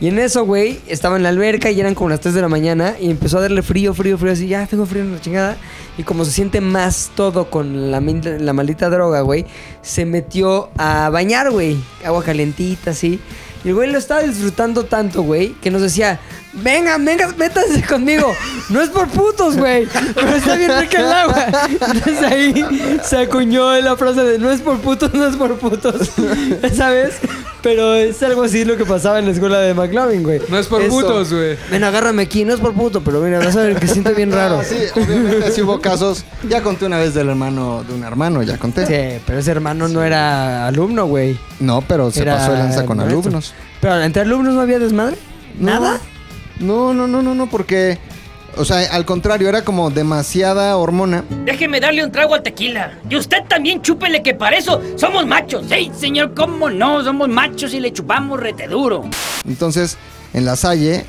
Speaker 2: Y en eso, güey, estaba en la alberca y eran como las 3 de la mañana y empezó a darle frío, frío, frío, así, ya tengo frío en la chingada. Y como se siente más todo con la, min- la maldita droga, güey, se metió a bañar, güey. Agua calentita, así. Y el güey lo estaba disfrutando tanto, güey, que nos decía, vengan, vengan, métanse conmigo. No es por putos, güey, pero está bien rica el agua. Entonces ahí se acuñó la frase de, no es por putos, no es por putos, ¿sabes? Pero es algo así lo que pasaba en la escuela de McLovin, güey.
Speaker 4: No es por
Speaker 2: Eso.
Speaker 4: putos, güey.
Speaker 2: Ven, agárrame aquí, no es por puto, pero mira, vas a ver que siente bien raro.
Speaker 5: No, sí, obviamente sí hubo casos. Ya conté una vez del hermano de un hermano, ya conté.
Speaker 2: Sí, pero ese hermano no era alumno, güey.
Speaker 5: No, pero se
Speaker 2: Era
Speaker 5: pasó de lanza con
Speaker 2: maestro.
Speaker 5: alumnos.
Speaker 2: Pero entre alumnos no había desmadre. ¿Nada?
Speaker 5: No, no, no, no, no, porque o sea, al contrario, era como demasiada hormona.
Speaker 13: Déjeme darle un trago al tequila. Y usted también chúpele, que para eso somos machos. Sí, señor, cómo no, somos machos y le chupamos rete duro.
Speaker 5: Entonces, en la Salle,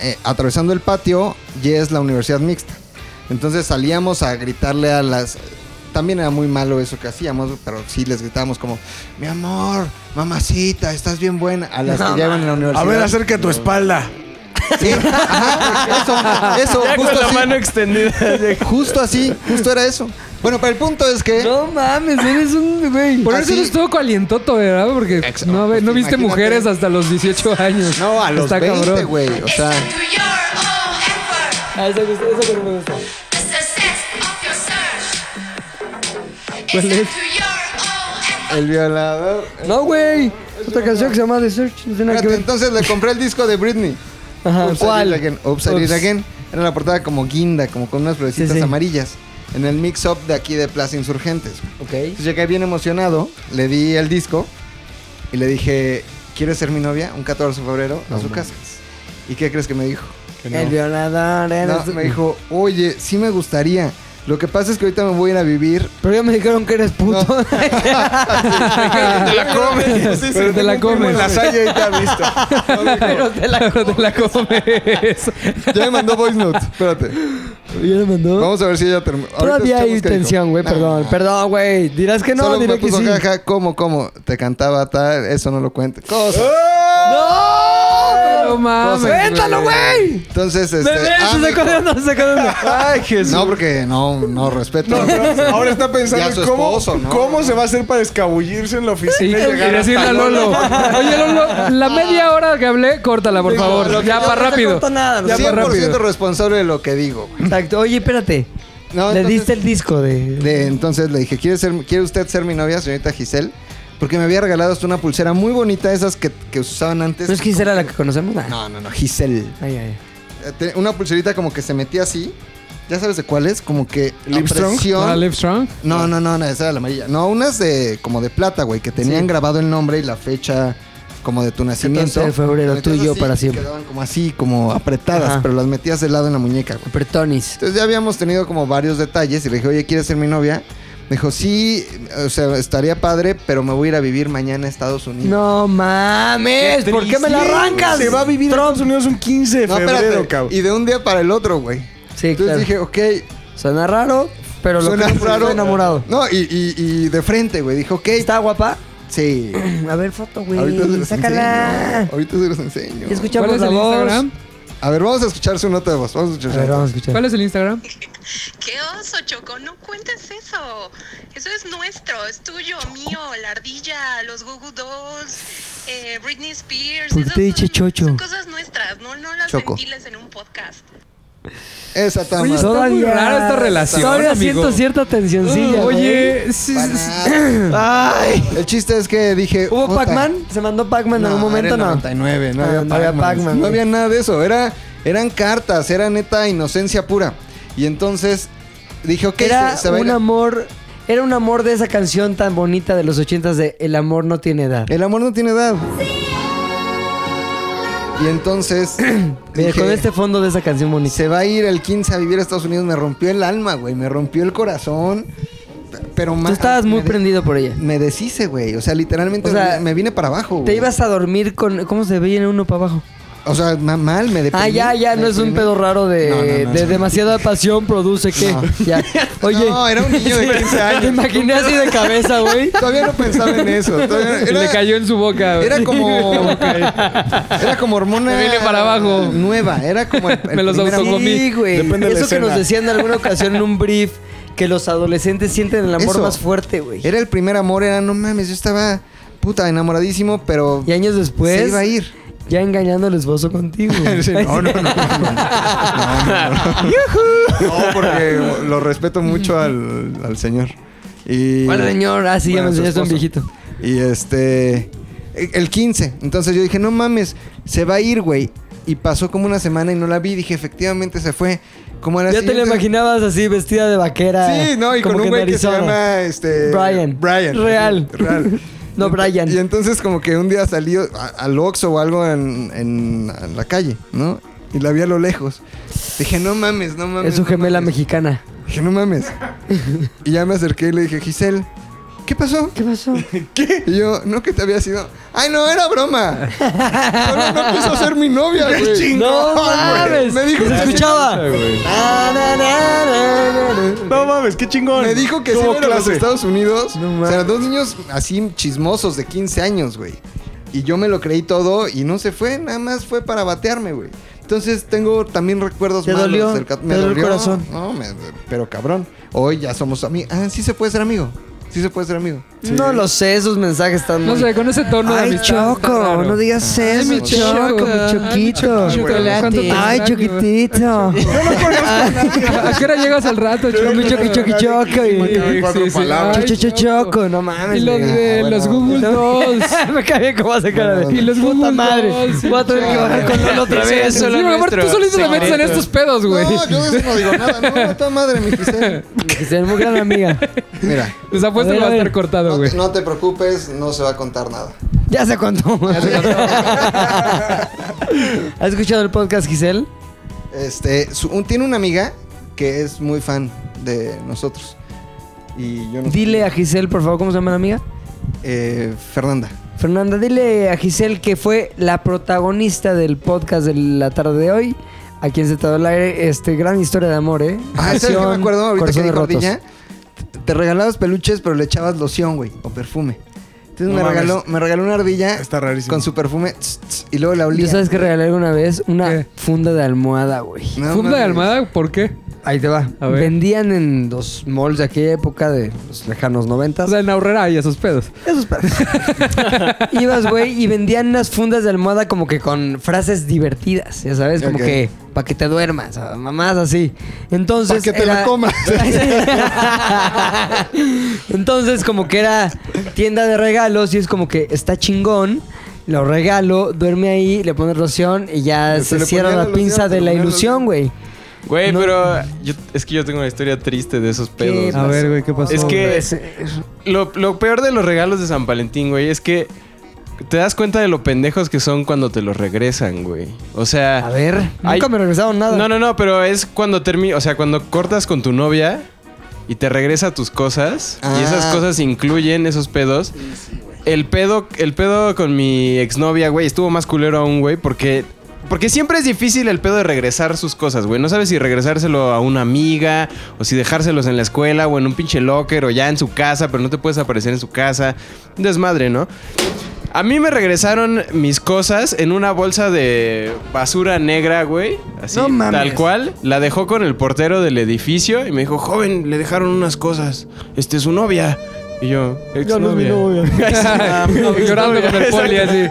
Speaker 5: eh, atravesando el patio, ya es la universidad mixta. Entonces salíamos a gritarle a las... También era muy malo eso que hacíamos, pero sí les gritábamos como, mi amor, mamacita, estás bien buena, a las
Speaker 3: No,
Speaker 5: que llevan en la universidad.
Speaker 3: A ver, acerca tu espalda.
Speaker 5: Sí, ajá, eso, eso,
Speaker 11: Ya con
Speaker 5: justo
Speaker 11: la
Speaker 5: así.
Speaker 11: mano extendida.
Speaker 5: Justo así, justo era eso. Bueno, pero el punto es que...
Speaker 2: No mames, eres un güey.
Speaker 4: Por eso
Speaker 5: Así-
Speaker 4: no estuvo calientoto, ¿verdad? Porque no, ve- no viste
Speaker 5: imagínate.
Speaker 4: mujeres hasta los 18 años.
Speaker 5: No, a los
Speaker 4: Está
Speaker 5: 20,
Speaker 4: cabrón.
Speaker 5: güey, o sea...
Speaker 2: Ah, eso, eso, eso no me gusta.
Speaker 5: ¿Cuál es? El violador.
Speaker 2: No, güey. Otra canción que se llama The Search. No tiene nada que
Speaker 5: Espérate,
Speaker 2: ver.
Speaker 5: entonces le compré el disco de Britney.
Speaker 2: Ajá,
Speaker 5: Oops, I
Speaker 2: ¿cuál?
Speaker 5: Did It Again. Oops, I Did It
Speaker 2: Oops.
Speaker 5: Again. Era la portada como guinda, como con unas florecitas
Speaker 2: Sí, sí.
Speaker 5: amarillas. En el mix-up de aquí de Plaza Insurgentes.
Speaker 2: Ok.
Speaker 5: Entonces llegué bien emocionado, le di el disco y le dije, ¿quieres ser mi novia? Un 14 de febrero a
Speaker 2: No
Speaker 5: su
Speaker 2: mames.
Speaker 5: casa. ¿Y qué crees que me dijo?
Speaker 2: El violador
Speaker 5: No,
Speaker 2: eres.
Speaker 5: me dijo, oye, sí me gustaría. Lo que pasa es que ahorita me voy a ir a vivir.
Speaker 2: Pero ya me dijeron que eres puto.
Speaker 3: Te la comes.
Speaker 4: Pero te la
Speaker 3: Tengo un primo En la
Speaker 4: comes.
Speaker 3: salle y te ha visto.
Speaker 2: Pero te la
Speaker 4: Pero te la comes.
Speaker 5: Ya me mandó voice note. Espérate.
Speaker 2: Ya le mandó.
Speaker 5: Vamos a ver si ella terminó.
Speaker 2: Todavía hay tensión, güey, perdón. Perdón, güey. Dirás que no,
Speaker 5: Solo me
Speaker 2: diré que
Speaker 5: puso
Speaker 2: sí.
Speaker 5: jaja, ¿cómo, cómo? Te cantaba tal, eso no lo cuente. Cosas.
Speaker 2: ¡No!
Speaker 4: No mames,
Speaker 5: cosas,
Speaker 4: cuéntalo, güey.
Speaker 5: Entonces,
Speaker 4: Me-
Speaker 5: este.
Speaker 4: me- se sacó de onda, se sacó de onda.
Speaker 5: Ay, Jesús. No, porque no, no respeto.
Speaker 3: No, pero ahora está pensando
Speaker 5: Ya su
Speaker 3: en cómo,
Speaker 5: esposo, ¿no?
Speaker 3: cómo se va a hacer para escabullirse en la oficina y,
Speaker 4: Y
Speaker 3: llegar
Speaker 4: decirle
Speaker 3: hasta
Speaker 4: a Lolo. Oye, Lolo,
Speaker 2: Ah.
Speaker 4: la media hora que hablé, córtala, por
Speaker 5: Digo, lo
Speaker 4: favor.
Speaker 5: que
Speaker 4: Ya
Speaker 5: no
Speaker 4: para
Speaker 5: te
Speaker 4: rápido.
Speaker 5: corto nada,
Speaker 4: Ya para
Speaker 5: 100%
Speaker 4: rápido.
Speaker 5: responsable de lo que digo.
Speaker 2: Exacto. Oye, espérate. Le diste el disco de...
Speaker 5: Entonces le dije, ¿quiere, ser, ¿quiere usted ser mi novia, señorita Giselle? Porque me había regalado hasta una pulsera muy bonita, esas que, que usaban antes.
Speaker 2: ¿No es Gisela la que conocemos?
Speaker 5: No, no, no, Giselle.
Speaker 2: Ay, ay.
Speaker 5: Eh, te- Una pulserita como que se metía así. ¿Ya sabes de cuál es? Como que la
Speaker 4: Livestrong.
Speaker 5: presión-
Speaker 4: Ah, Livestrong.
Speaker 5: No, no, no, no, esa era la amarilla. No, unas de como de plata, güey, que tenían
Speaker 2: Sí.
Speaker 5: grabado el nombre y la fecha como de tu nacimiento.
Speaker 2: 14 de febrero, tú y
Speaker 5: Entonces,
Speaker 2: yo
Speaker 5: sí,
Speaker 2: para siempre.
Speaker 5: Quedaban como así, como apretadas,
Speaker 2: Ajá.
Speaker 5: pero las metías de lado en la muñeca, güey.
Speaker 2: Apretonis.
Speaker 5: Entonces ya habíamos tenido como varios detalles y le dije, oye, ¿quieres ser mi novia? Me dijo, sí, o sea, estaría padre, pero me voy a ir a vivir mañana a Estados Unidos.
Speaker 2: No mames, ¿por qué me la arrancas?
Speaker 5: Se va a
Speaker 3: vivir a Estados Unidos un 15 de febrero, cabrón.
Speaker 5: Y de un día para el otro, güey.
Speaker 2: Sí,
Speaker 5: Entonces dije, ok.
Speaker 2: Suena raro, pero lo
Speaker 5: Suena
Speaker 2: que es,
Speaker 5: raro.
Speaker 2: estoy enamorado.
Speaker 5: No, y, y- y de frente, güey. Dije, ok. ¿Está
Speaker 2: guapa?
Speaker 5: Sí.
Speaker 2: A ver, foto,
Speaker 5: Ahorita se
Speaker 2: güey.
Speaker 5: los
Speaker 2: Sácala.
Speaker 5: enseño. Ahorita se los enseño.
Speaker 2: Y escuchamos ¿Cuál es la el voz. Instagram?
Speaker 5: A ver, vamos a escuchar su nota de voz. Vamos a escuchar.
Speaker 2: A ver, vamos a escuchar.
Speaker 4: ¿Cuál es el Instagram?
Speaker 14: ¿Qué oso, Choco? No cuentes eso. Eso es nuestro, es tuyo, mío, la ardilla, los Goo Goo Dolls, eh, Britney Spears.
Speaker 2: ¿Por qué
Speaker 14: esas
Speaker 2: te dije
Speaker 14: son-
Speaker 2: chocho?
Speaker 14: Son cosas nuestras, no, no las
Speaker 5: Choco.
Speaker 14: ventiles en un podcast.
Speaker 5: Esa está
Speaker 4: Oye,
Speaker 5: mal.
Speaker 4: está muy rara esta relación,
Speaker 2: Todavía
Speaker 4: amigo.
Speaker 2: siento cierta tensióncilla.
Speaker 4: Oye, sí, sí,
Speaker 2: Ay.
Speaker 5: El chiste es que dije.
Speaker 2: ¿Hubo
Speaker 5: "Puta".
Speaker 2: Pac-Man? ¿Se mandó Pac-Man en algún
Speaker 5: era
Speaker 2: momento?
Speaker 5: el
Speaker 2: No.
Speaker 5: 99, no
Speaker 2: Ah,
Speaker 5: había
Speaker 2: no había
Speaker 5: Pac-Man.
Speaker 2: Pac-Man,
Speaker 5: no
Speaker 2: güey.
Speaker 5: había nada de eso. Era, eran cartas, era neta inocencia pura. Y entonces dije, ok,
Speaker 2: Era
Speaker 5: se- se va a ir
Speaker 2: un
Speaker 5: a-
Speaker 2: amor. Era un amor de esa canción tan bonita de los ochentas de El amor no tiene edad.
Speaker 5: El amor no tiene edad. Y entonces.
Speaker 2: Mira, con este fondo de esa canción bonita.
Speaker 5: Se va a ir el 15 a vivir a Estados Unidos. Me rompió el alma, güey. Me rompió el corazón. Pero más.
Speaker 2: Tú estabas muy prendido por ella.
Speaker 5: Me deshice, güey. O sea, literalmente
Speaker 2: O sea,
Speaker 5: me- me vine para abajo,
Speaker 2: Te
Speaker 5: güey.
Speaker 2: ibas a dormir con. ¿Cómo se veía uno para abajo?
Speaker 5: O sea, ma- mal, me deprimí.
Speaker 2: Ah, ya, ya,
Speaker 5: me
Speaker 2: no es un
Speaker 5: deprimí.
Speaker 2: pedo raro de,
Speaker 5: No, no, no,
Speaker 2: de
Speaker 5: no.
Speaker 2: demasiada pasión produce que.
Speaker 5: No.
Speaker 2: Ya. Oye.
Speaker 5: No, era un niño de 15 años.
Speaker 2: Te imaginé así de cabeza, güey.
Speaker 5: Todavía no pensaba en eso. Todavía-
Speaker 4: Le
Speaker 5: Era,
Speaker 4: cayó en su boca. güey.
Speaker 5: era como. Era como hormona.
Speaker 4: Me vine para abajo.
Speaker 5: Nueva. Era como. el- el
Speaker 4: Me los
Speaker 5: primer amor.
Speaker 4: autocomí.
Speaker 2: Sí, güey.
Speaker 5: Depende de
Speaker 2: Eso
Speaker 5: la
Speaker 2: que
Speaker 5: escena.
Speaker 2: nos decían en alguna ocasión en un brief, que los adolescentes sienten el amor
Speaker 5: Eso.
Speaker 2: más fuerte, güey.
Speaker 5: Era el primer amor, era no mames, yo estaba puta enamoradísimo, pero
Speaker 2: Y pues, años después.
Speaker 5: se iba a ir.
Speaker 2: Ya engañando al esposo contigo.
Speaker 5: Sí, no, no, no. No, no, no. No, porque lo respeto mucho al, al señor. Y,
Speaker 2: ¿Cuál señor? Ah, sí, ya me
Speaker 5: su
Speaker 2: enseñaste un
Speaker 5: esposo.
Speaker 2: viejito.
Speaker 5: Y este. El 15. Entonces yo dije, no mames, se va a ir, güey. Y pasó como una semana y no la vi. Dije, efectivamente se fue. Como a la
Speaker 2: Ya te la
Speaker 5: siguiente-
Speaker 2: imaginabas así, vestida de vaquera.
Speaker 5: Sí, no, y
Speaker 2: como
Speaker 5: con un
Speaker 2: en
Speaker 5: güey que se
Speaker 2: Arizona.
Speaker 5: llama este,
Speaker 2: Brian.
Speaker 5: Brian.
Speaker 2: Real.
Speaker 5: Real.
Speaker 2: No,
Speaker 5: Ent-
Speaker 2: Brian.
Speaker 5: Y entonces como que un día salí a- al Oxxo o algo en, en- en la calle, ¿no? Y la vi a lo lejos. Dije, no mames, no mames.
Speaker 2: Es su
Speaker 5: no
Speaker 2: gemela
Speaker 5: mames".
Speaker 2: mexicana.
Speaker 5: Dije, no mames. y ya me acerqué y le dije, Giselle, ¿qué pasó?
Speaker 2: ¿Qué pasó?
Speaker 5: ¿Qué? Y yo, no que te había sido. ¡Ay, no, era broma! Solo no quiso ser mi novia,
Speaker 3: ¡Qué
Speaker 5: güey.
Speaker 3: chingón,
Speaker 2: ¡No mames!
Speaker 5: Me dijo
Speaker 2: Se
Speaker 5: que-
Speaker 2: escuchaba. Na, na, na, na, na, na.
Speaker 3: No mames, qué chingón.
Speaker 5: Me dijo que sí
Speaker 3: Como
Speaker 5: era a los
Speaker 3: clase.
Speaker 5: Estados Unidos.
Speaker 2: mames.
Speaker 5: o sea, dos niños así chismosos de 15 años, güey. Y yo me lo creí todo y no se fue, nada más fue para batearme, güey. Entonces tengo también recuerdos
Speaker 2: ¿Te
Speaker 5: malos
Speaker 2: dolió?
Speaker 5: del ca-
Speaker 2: ¿Te dolió el corazón?
Speaker 5: No, me- pero cabrón. Hoy ya somos amigos. Ah, sí se puede ser amigo. Sí se puede ser amigo.
Speaker 2: No lo sé, esos mensajes están
Speaker 4: No
Speaker 2: muy...
Speaker 4: sé, con ese tono de
Speaker 2: Ay,
Speaker 4: amistad,
Speaker 2: Choco,
Speaker 4: está raro.
Speaker 2: no digas
Speaker 4: Ay,
Speaker 2: eso,
Speaker 4: mi
Speaker 2: Choco,
Speaker 4: Choco,
Speaker 2: mi
Speaker 4: ay, mi
Speaker 2: Choquito.
Speaker 4: Choco, ¿cuánto te
Speaker 2: Ay,
Speaker 4: extraño?
Speaker 2: Choquitito.
Speaker 4: ¿A qué hora llegas al rato, Choco?
Speaker 2: Mi Choco, Choco, Choco. y-
Speaker 4: Sí, sí, sí. Ay,
Speaker 2: Cho, cho, cho, Choco, no mames.
Speaker 4: Y lo
Speaker 2: güey.
Speaker 4: de los Google Dolls.
Speaker 2: Me cae bien cómo hace cara de...
Speaker 4: Y los Google
Speaker 2: Puta madre.
Speaker 4: Dolls, sí,
Speaker 2: Voy a tener que
Speaker 4: Choco.
Speaker 2: bajar con Lolo otra
Speaker 4: Sí,
Speaker 2: vez.
Speaker 4: sí,
Speaker 2: Solo
Speaker 4: sí, aparte
Speaker 2: nuestro
Speaker 4: tú solito te metes en
Speaker 2: secreto.
Speaker 4: estos pedos, güey.
Speaker 5: No, yo de eso no digo nada. No, toda madre, mi Giselle.
Speaker 2: Que sea muy gran amiga.
Speaker 5: Mira,
Speaker 4: Les apuesto
Speaker 2: A
Speaker 4: que
Speaker 2: ver,
Speaker 4: va a
Speaker 2: a ver.
Speaker 4: estar cortado,
Speaker 5: no
Speaker 4: güey.
Speaker 5: te, no te preocupes, no se va a contar nada.
Speaker 2: Ya se contó. ¿Has escuchado el podcast, Giselle?
Speaker 5: Este, su- un- tiene una amiga que es muy fan de nosotros. Y yo no
Speaker 2: Dile a Giselle, por favor, ¿cómo se llama la amiga?
Speaker 5: Eh, Fernanda.
Speaker 2: Fernanda, dile a Giselle que fue la protagonista del podcast de la tarde de hoy. Aquí en Zetado al Aire, este, gran historia de amor, ¿eh?
Speaker 5: Ah, ¿sabes qué me
Speaker 2: Pasión,
Speaker 5: acuerdo ahorita que
Speaker 2: corazones
Speaker 5: dijo
Speaker 2: rotos.
Speaker 5: Ardilla? Te regalabas peluches, pero le echabas loción, güey, o perfume. Entonces me, regaló, me regaló una ardilla con su perfume tss, tss, y luego la olía.
Speaker 2: Yo sabes que regalé alguna vez una funda de almohada, güey.
Speaker 4: ¿Funda de almohada? ¿Por qué?
Speaker 2: Ahí te va.
Speaker 4: A ver.
Speaker 2: Vendían en los malls de aquella época de los lejanos noventas. O sea,
Speaker 4: en ahorrera y esos pedos.
Speaker 2: Esos pedos. Ibas, güey, y vendían unas fundas de almohada como que con frases divertidas, ya sabes, como
Speaker 5: Ok.
Speaker 2: que para que te duermas, o mamás así. Entonces.
Speaker 5: Pa' que te la comas.
Speaker 2: Entonces, como que era tienda de regalos y es como que está chingón. Lo regalo, duerme ahí, le pones loción y ya
Speaker 11: Se
Speaker 2: se,
Speaker 11: le
Speaker 2: cierra
Speaker 11: ponía
Speaker 2: la
Speaker 11: la
Speaker 2: pinza
Speaker 11: loción, se
Speaker 2: de
Speaker 11: le
Speaker 2: la
Speaker 11: ponía la
Speaker 2: ilusión, güey.
Speaker 11: Güey, pero yo- es que yo tengo una historia triste de esos pedos.
Speaker 4: A ver, güey, ¿qué pasó?
Speaker 11: Es que
Speaker 4: Es-
Speaker 11: lo, lo peor de los regalos de San Valentín, güey, es que te das cuenta de lo pendejos que son cuando te los regresan, güey. O sea... A
Speaker 2: ver, Nunca me regresaron nada.
Speaker 11: No, no, no, pero es cuando termina... O sea, cuando cortas con tu novia y te regresa tus cosas. Y esas
Speaker 5: Ah.
Speaker 11: cosas incluyen esos pedos. el pedo, el pedo con mi exnovia, güey, estuvo más culero aún, güey, porque... Porque siempre es difícil el pedo de regresar sus cosas, güey. No sabes si regresárselo a una amiga, o si dejárselos en la escuela, o en un pinche locker, o ya en su casa, pero no te puedes aparecer en su casa. Un desmadre, ¿no? A mí me regresaron mis cosas en una bolsa de basura negra, güey. Así,
Speaker 5: No mames.
Speaker 11: tal cual. La dejó con el portero del edificio y me dijo, joven, le dejaron unas cosas. Este es su novia. Y yo,
Speaker 4: Ya no es mi
Speaker 11: exnovia". Ay, sí, exnovia.
Speaker 4: Llorando con el poli así.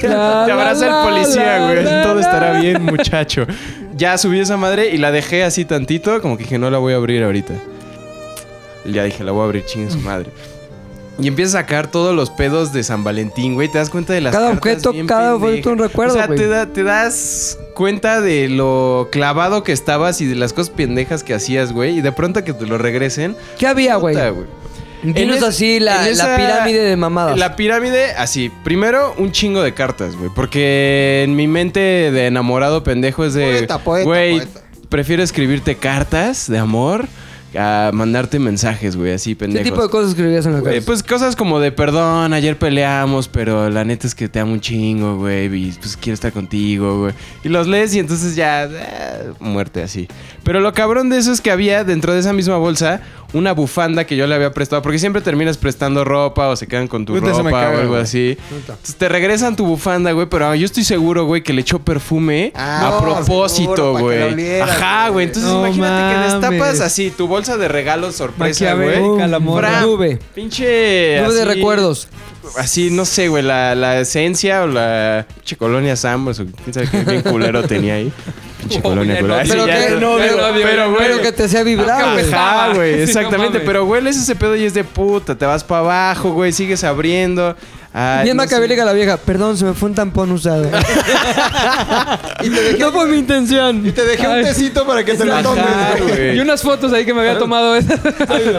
Speaker 11: Te abraza el policía, güey. Todo estará bien, muchacho. Ya subí esa madre y la dejé así tantito, como que dije, no la voy a abrir ahorita. Y Ya dije, la voy a abrir, chingue su madre. Y empieza a sacar todos los pedos de San Valentín, güey. Te das cuenta de las
Speaker 2: Cada
Speaker 11: cartas
Speaker 2: objeto,
Speaker 11: bien
Speaker 2: cada objeto un
Speaker 11: pendejas.
Speaker 2: recuerdo,
Speaker 11: O sea,
Speaker 2: güey.
Speaker 11: te, da- te das cuenta de lo clavado que estabas y de las cosas pendejas que hacías, güey. Y de pronto que te lo regresen.
Speaker 2: ¿Qué había, güey?
Speaker 11: puta, güey.
Speaker 2: Dinos
Speaker 11: En es-
Speaker 2: así la,
Speaker 11: en
Speaker 2: la
Speaker 11: esa-
Speaker 2: pirámide de mamadas.
Speaker 11: La pirámide, así. Primero, un chingo de cartas, güey. Porque en mi mente de enamorado pendejo es de.
Speaker 5: Poeta, poeta,
Speaker 11: Güey,
Speaker 5: poeta.
Speaker 11: prefiero escribirte cartas de amor a mandarte mensajes, güey, así
Speaker 2: ¿Qué
Speaker 11: pendejos.
Speaker 2: tipo de cosas escribías en la
Speaker 11: Güey,
Speaker 2: carta?
Speaker 11: pues cosas como de perdón, ayer peleamos, pero la neta es que te amo un chingo, güey, y pues quiero estar contigo, güey. Y los lees y entonces ya, eh, muerte así. Pero lo cabrón de eso es que había dentro de esa misma bolsa una bufanda que yo le había prestado, porque siempre terminas prestando ropa o se quedan con tu
Speaker 3: Puta, eso
Speaker 11: ropa
Speaker 3: me caga,
Speaker 11: o algo
Speaker 3: güey.
Speaker 11: así. Entonces te regresan tu bufanda, güey, pero ah, yo estoy seguro, güey, que le echó perfume
Speaker 5: Ah,
Speaker 11: a
Speaker 5: no, seguro,
Speaker 11: propósito,
Speaker 5: para que la
Speaker 11: güey.
Speaker 5: olieras,
Speaker 11: Ajá, güey, entonces
Speaker 5: No
Speaker 11: imagínate que
Speaker 5: mames.
Speaker 11: destapas así tu bolsa de regalos sorpresa, güey.
Speaker 4: Maquiavélica la morra.
Speaker 11: Fra-
Speaker 4: Nube.
Speaker 11: Pinche.
Speaker 4: Nube de
Speaker 11: así-
Speaker 4: recuerdos.
Speaker 11: Así, no sé, güey, la, la esencia o la pinche colonia Sambos o quién sabe qué bien culero tenía ahí. Pinche colonia culera. Ay, sí,
Speaker 2: pero,
Speaker 11: ya,
Speaker 2: que,
Speaker 11: no,
Speaker 2: pero,
Speaker 11: güey,
Speaker 2: pero,
Speaker 11: güey.
Speaker 2: pero que te sea vibrar, güey.
Speaker 11: Ajá, güey,
Speaker 2: Sí, no
Speaker 11: exactamente.
Speaker 2: mames.
Speaker 11: pero hueles ese pedo y es de puta. Te vas para abajo, güey, sigues abriendo. Ay,
Speaker 2: Bien
Speaker 11: no
Speaker 2: macabélica la vieja. Perdón, se me fue un tampón usado. no fue mi intención. Y
Speaker 5: te dejé un
Speaker 4: Ay.
Speaker 5: tecito para que te lo
Speaker 11: Ajá,
Speaker 5: tomes.
Speaker 11: güey.
Speaker 4: Y unas fotos ahí que me había tomado.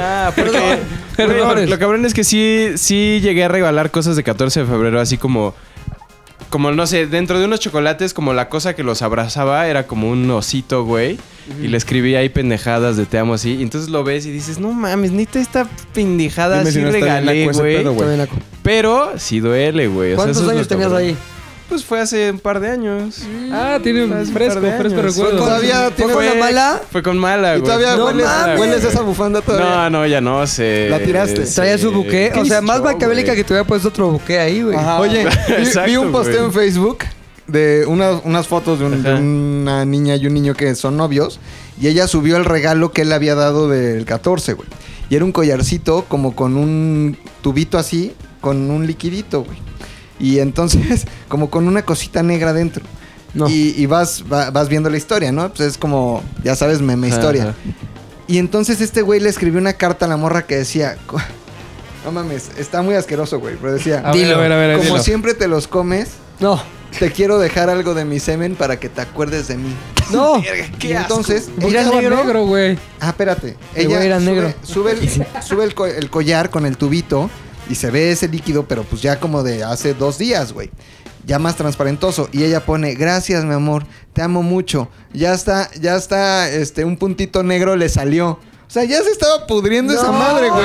Speaker 11: Ah, porque- Güey, lo, lo cabrón es que sí, sí llegué a regalar cosas de 14 de febrero, así como. Como no sé, dentro de unos chocolates, como la cosa que los abrazaba era como un osito, güey. Y le escribí ahí pendejadas de te amo así. Y entonces lo ves y dices, no mames, neta esta pendejada
Speaker 3: Dime
Speaker 11: así
Speaker 3: si no está bien
Speaker 11: regalé,
Speaker 3: naco ese
Speaker 11: güey.
Speaker 3: pedo, güey. Está bien
Speaker 11: Pero sí duele, güey. O sea,
Speaker 2: ¿Cuántos
Speaker 11: eso es lo
Speaker 2: años tenías
Speaker 11: cabrón.
Speaker 2: ahí?
Speaker 11: Pues fue hace un par de años.
Speaker 4: Ah, tiene un fresco, fresco recuerdo.
Speaker 5: Todavía tiene
Speaker 11: fue-
Speaker 5: una mala.
Speaker 11: Fue con mala,
Speaker 5: ¿Y
Speaker 11: güey.
Speaker 5: todavía
Speaker 11: Fue con
Speaker 5: hueles-
Speaker 11: mala, güey.
Speaker 5: hueles esa bufanda todavía?
Speaker 11: No, no, ya no sé. Eh,
Speaker 5: La tiraste.
Speaker 2: Traía su buqué. O sea, más macabélica que
Speaker 11: tú.
Speaker 2: te hubiera puesto otro buqué ahí, güey.
Speaker 5: Oye, vi- vi un posteo en Facebook de una- unas fotos de, un- de una niña y un niño que son novios. Y ella subió el regalo que él le había dado del 14, güey. Y era un collarcito como con un tubito así, con un liquidito, güey. Y entonces, como con una cosita negra dentro. Y, y vas, va- vas viendo la historia, ¿no? Pues es como, ya sabes, meme
Speaker 11: Ajá,
Speaker 5: historia.
Speaker 11: ajá.
Speaker 5: Y entonces este güey le escribió una carta a la morra que decía... "Cu- No mames, está muy asqueroso, güey. Pero decía...
Speaker 4: A ver, Dilo. a ver, a ver,
Speaker 5: Como
Speaker 4: dilo.
Speaker 5: siempre te los comes...
Speaker 2: No.
Speaker 5: Te quiero dejar algo de mi semen para que te acuerdes de mí.
Speaker 2: No.
Speaker 5: y entonces...
Speaker 4: Era negro, negro, güey.
Speaker 5: Ah, espérate.
Speaker 4: El
Speaker 5: Ella
Speaker 4: güey era
Speaker 5: sube,
Speaker 4: negro.
Speaker 5: sube el, sube el co- el collar con el tubito y se ve ese líquido, pero pues ya como de hace dos días, güey. Ya más transparentoso. Y ella pone, gracias, mi amor, te amo mucho. Ya está, ya está, este, un puntito negro le salió. O sea, ya se estaba pudriendo esa madre, güey.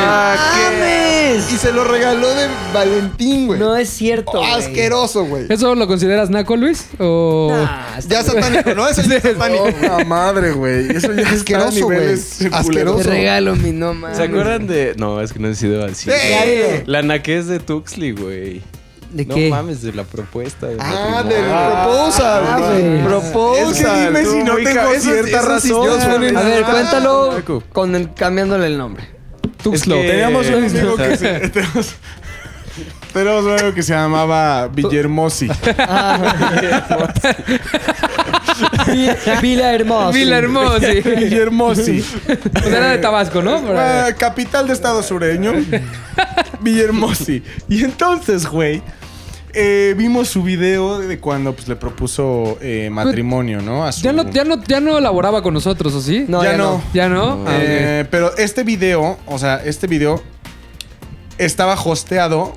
Speaker 5: Y se lo regaló de Valentín, güey. No
Speaker 2: es cierto.
Speaker 5: Oh, asqueroso, güey.
Speaker 4: ¿Eso lo consideras naco, Luis? ¿O...
Speaker 5: Ya satánico, ¿no? Eso ya es satánico.
Speaker 3: La madre, güey. Eso ya está a
Speaker 5: Asqueroso, güey.
Speaker 3: niveles culeros.
Speaker 5: Asqueroso.
Speaker 2: Te regalo mi no mames.
Speaker 11: ¿Se acuerdan de.? No, es que no he sido
Speaker 2: Sí.
Speaker 11: así. La naquez de Tuxley, güey.
Speaker 2: ¿De
Speaker 11: no
Speaker 2: qué?
Speaker 11: mames, de la propuesta. De
Speaker 5: Ah, del proposal, güey. Proposal.
Speaker 3: Es que dime si no
Speaker 5: Ubica-
Speaker 3: tengo
Speaker 5: eso-
Speaker 3: cierta
Speaker 5: eso sí
Speaker 3: razón.
Speaker 5: yo suena
Speaker 2: A ver,
Speaker 5: Ah,
Speaker 2: cuéntalo con el, cambiándole el nombre.
Speaker 3: Tuxlo. Teníamos un amigo que se... Tenemos, tenemos un amigo que se llamaba Villahermosi.
Speaker 2: Vila Hermosa.
Speaker 4: Villahermosi.
Speaker 3: Villahermosi.
Speaker 4: Pues era de Tabasco, ¿no? Por ahí.
Speaker 3: Ah, capital de estado sureño. Villahermosi. Y entonces, güey, eh, vimos su video de cuando pues, le propuso eh, matrimonio, ¿no? A su-
Speaker 4: Pues, Ya no, ya, no, ya no elaboraba con nosotros, ¿o sí?
Speaker 3: No, Ya ya no. no.
Speaker 4: ¿Ya no? Ah, ok.
Speaker 3: Eh, Pero este video, o sea, este video estaba hosteado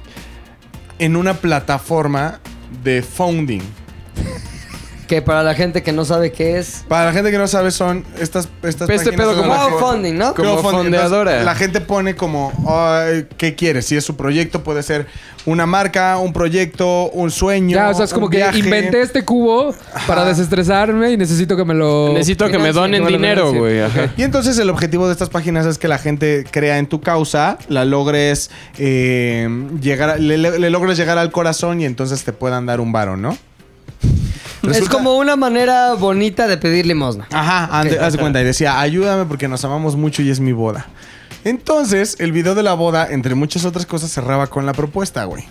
Speaker 3: en una plataforma de founding.
Speaker 2: Que para la gente que no sabe qué es.
Speaker 3: Para la gente que no sabe, son estas, estas
Speaker 2: Este
Speaker 3: páginas
Speaker 2: pedo
Speaker 3: donde
Speaker 2: como-
Speaker 3: la gente-
Speaker 2: Crowdfunding, ¿no?
Speaker 11: Como fondeadora.
Speaker 3: la gente pone como, ay, ¿qué quiere? Si es su proyecto, puede ser una marca, un proyecto, un sueño.
Speaker 4: Ya, o sea, es
Speaker 3: un
Speaker 4: como que
Speaker 3: viaje.
Speaker 4: inventé este cubo para desestresarme y necesito que me lo.
Speaker 11: Necesito que me donen
Speaker 4: lo
Speaker 11: dinero,
Speaker 4: financien.
Speaker 11: güey.
Speaker 4: Ok.
Speaker 11: Ajá.
Speaker 3: Y entonces el objetivo de estas páginas es que la gente crea en tu causa, la logres eh, llegar, a- le, le- le logres llegar al corazón y entonces te puedan dar un varo, ¿no?
Speaker 2: Es como una manera bonita de pedir limosna.
Speaker 3: Ajá, Ande- haz de cuenta, y decía, ayúdame porque nos amamos mucho y es mi boda. Entonces, el video de la boda, entre muchas otras cosas, cerraba con la propuesta, güey.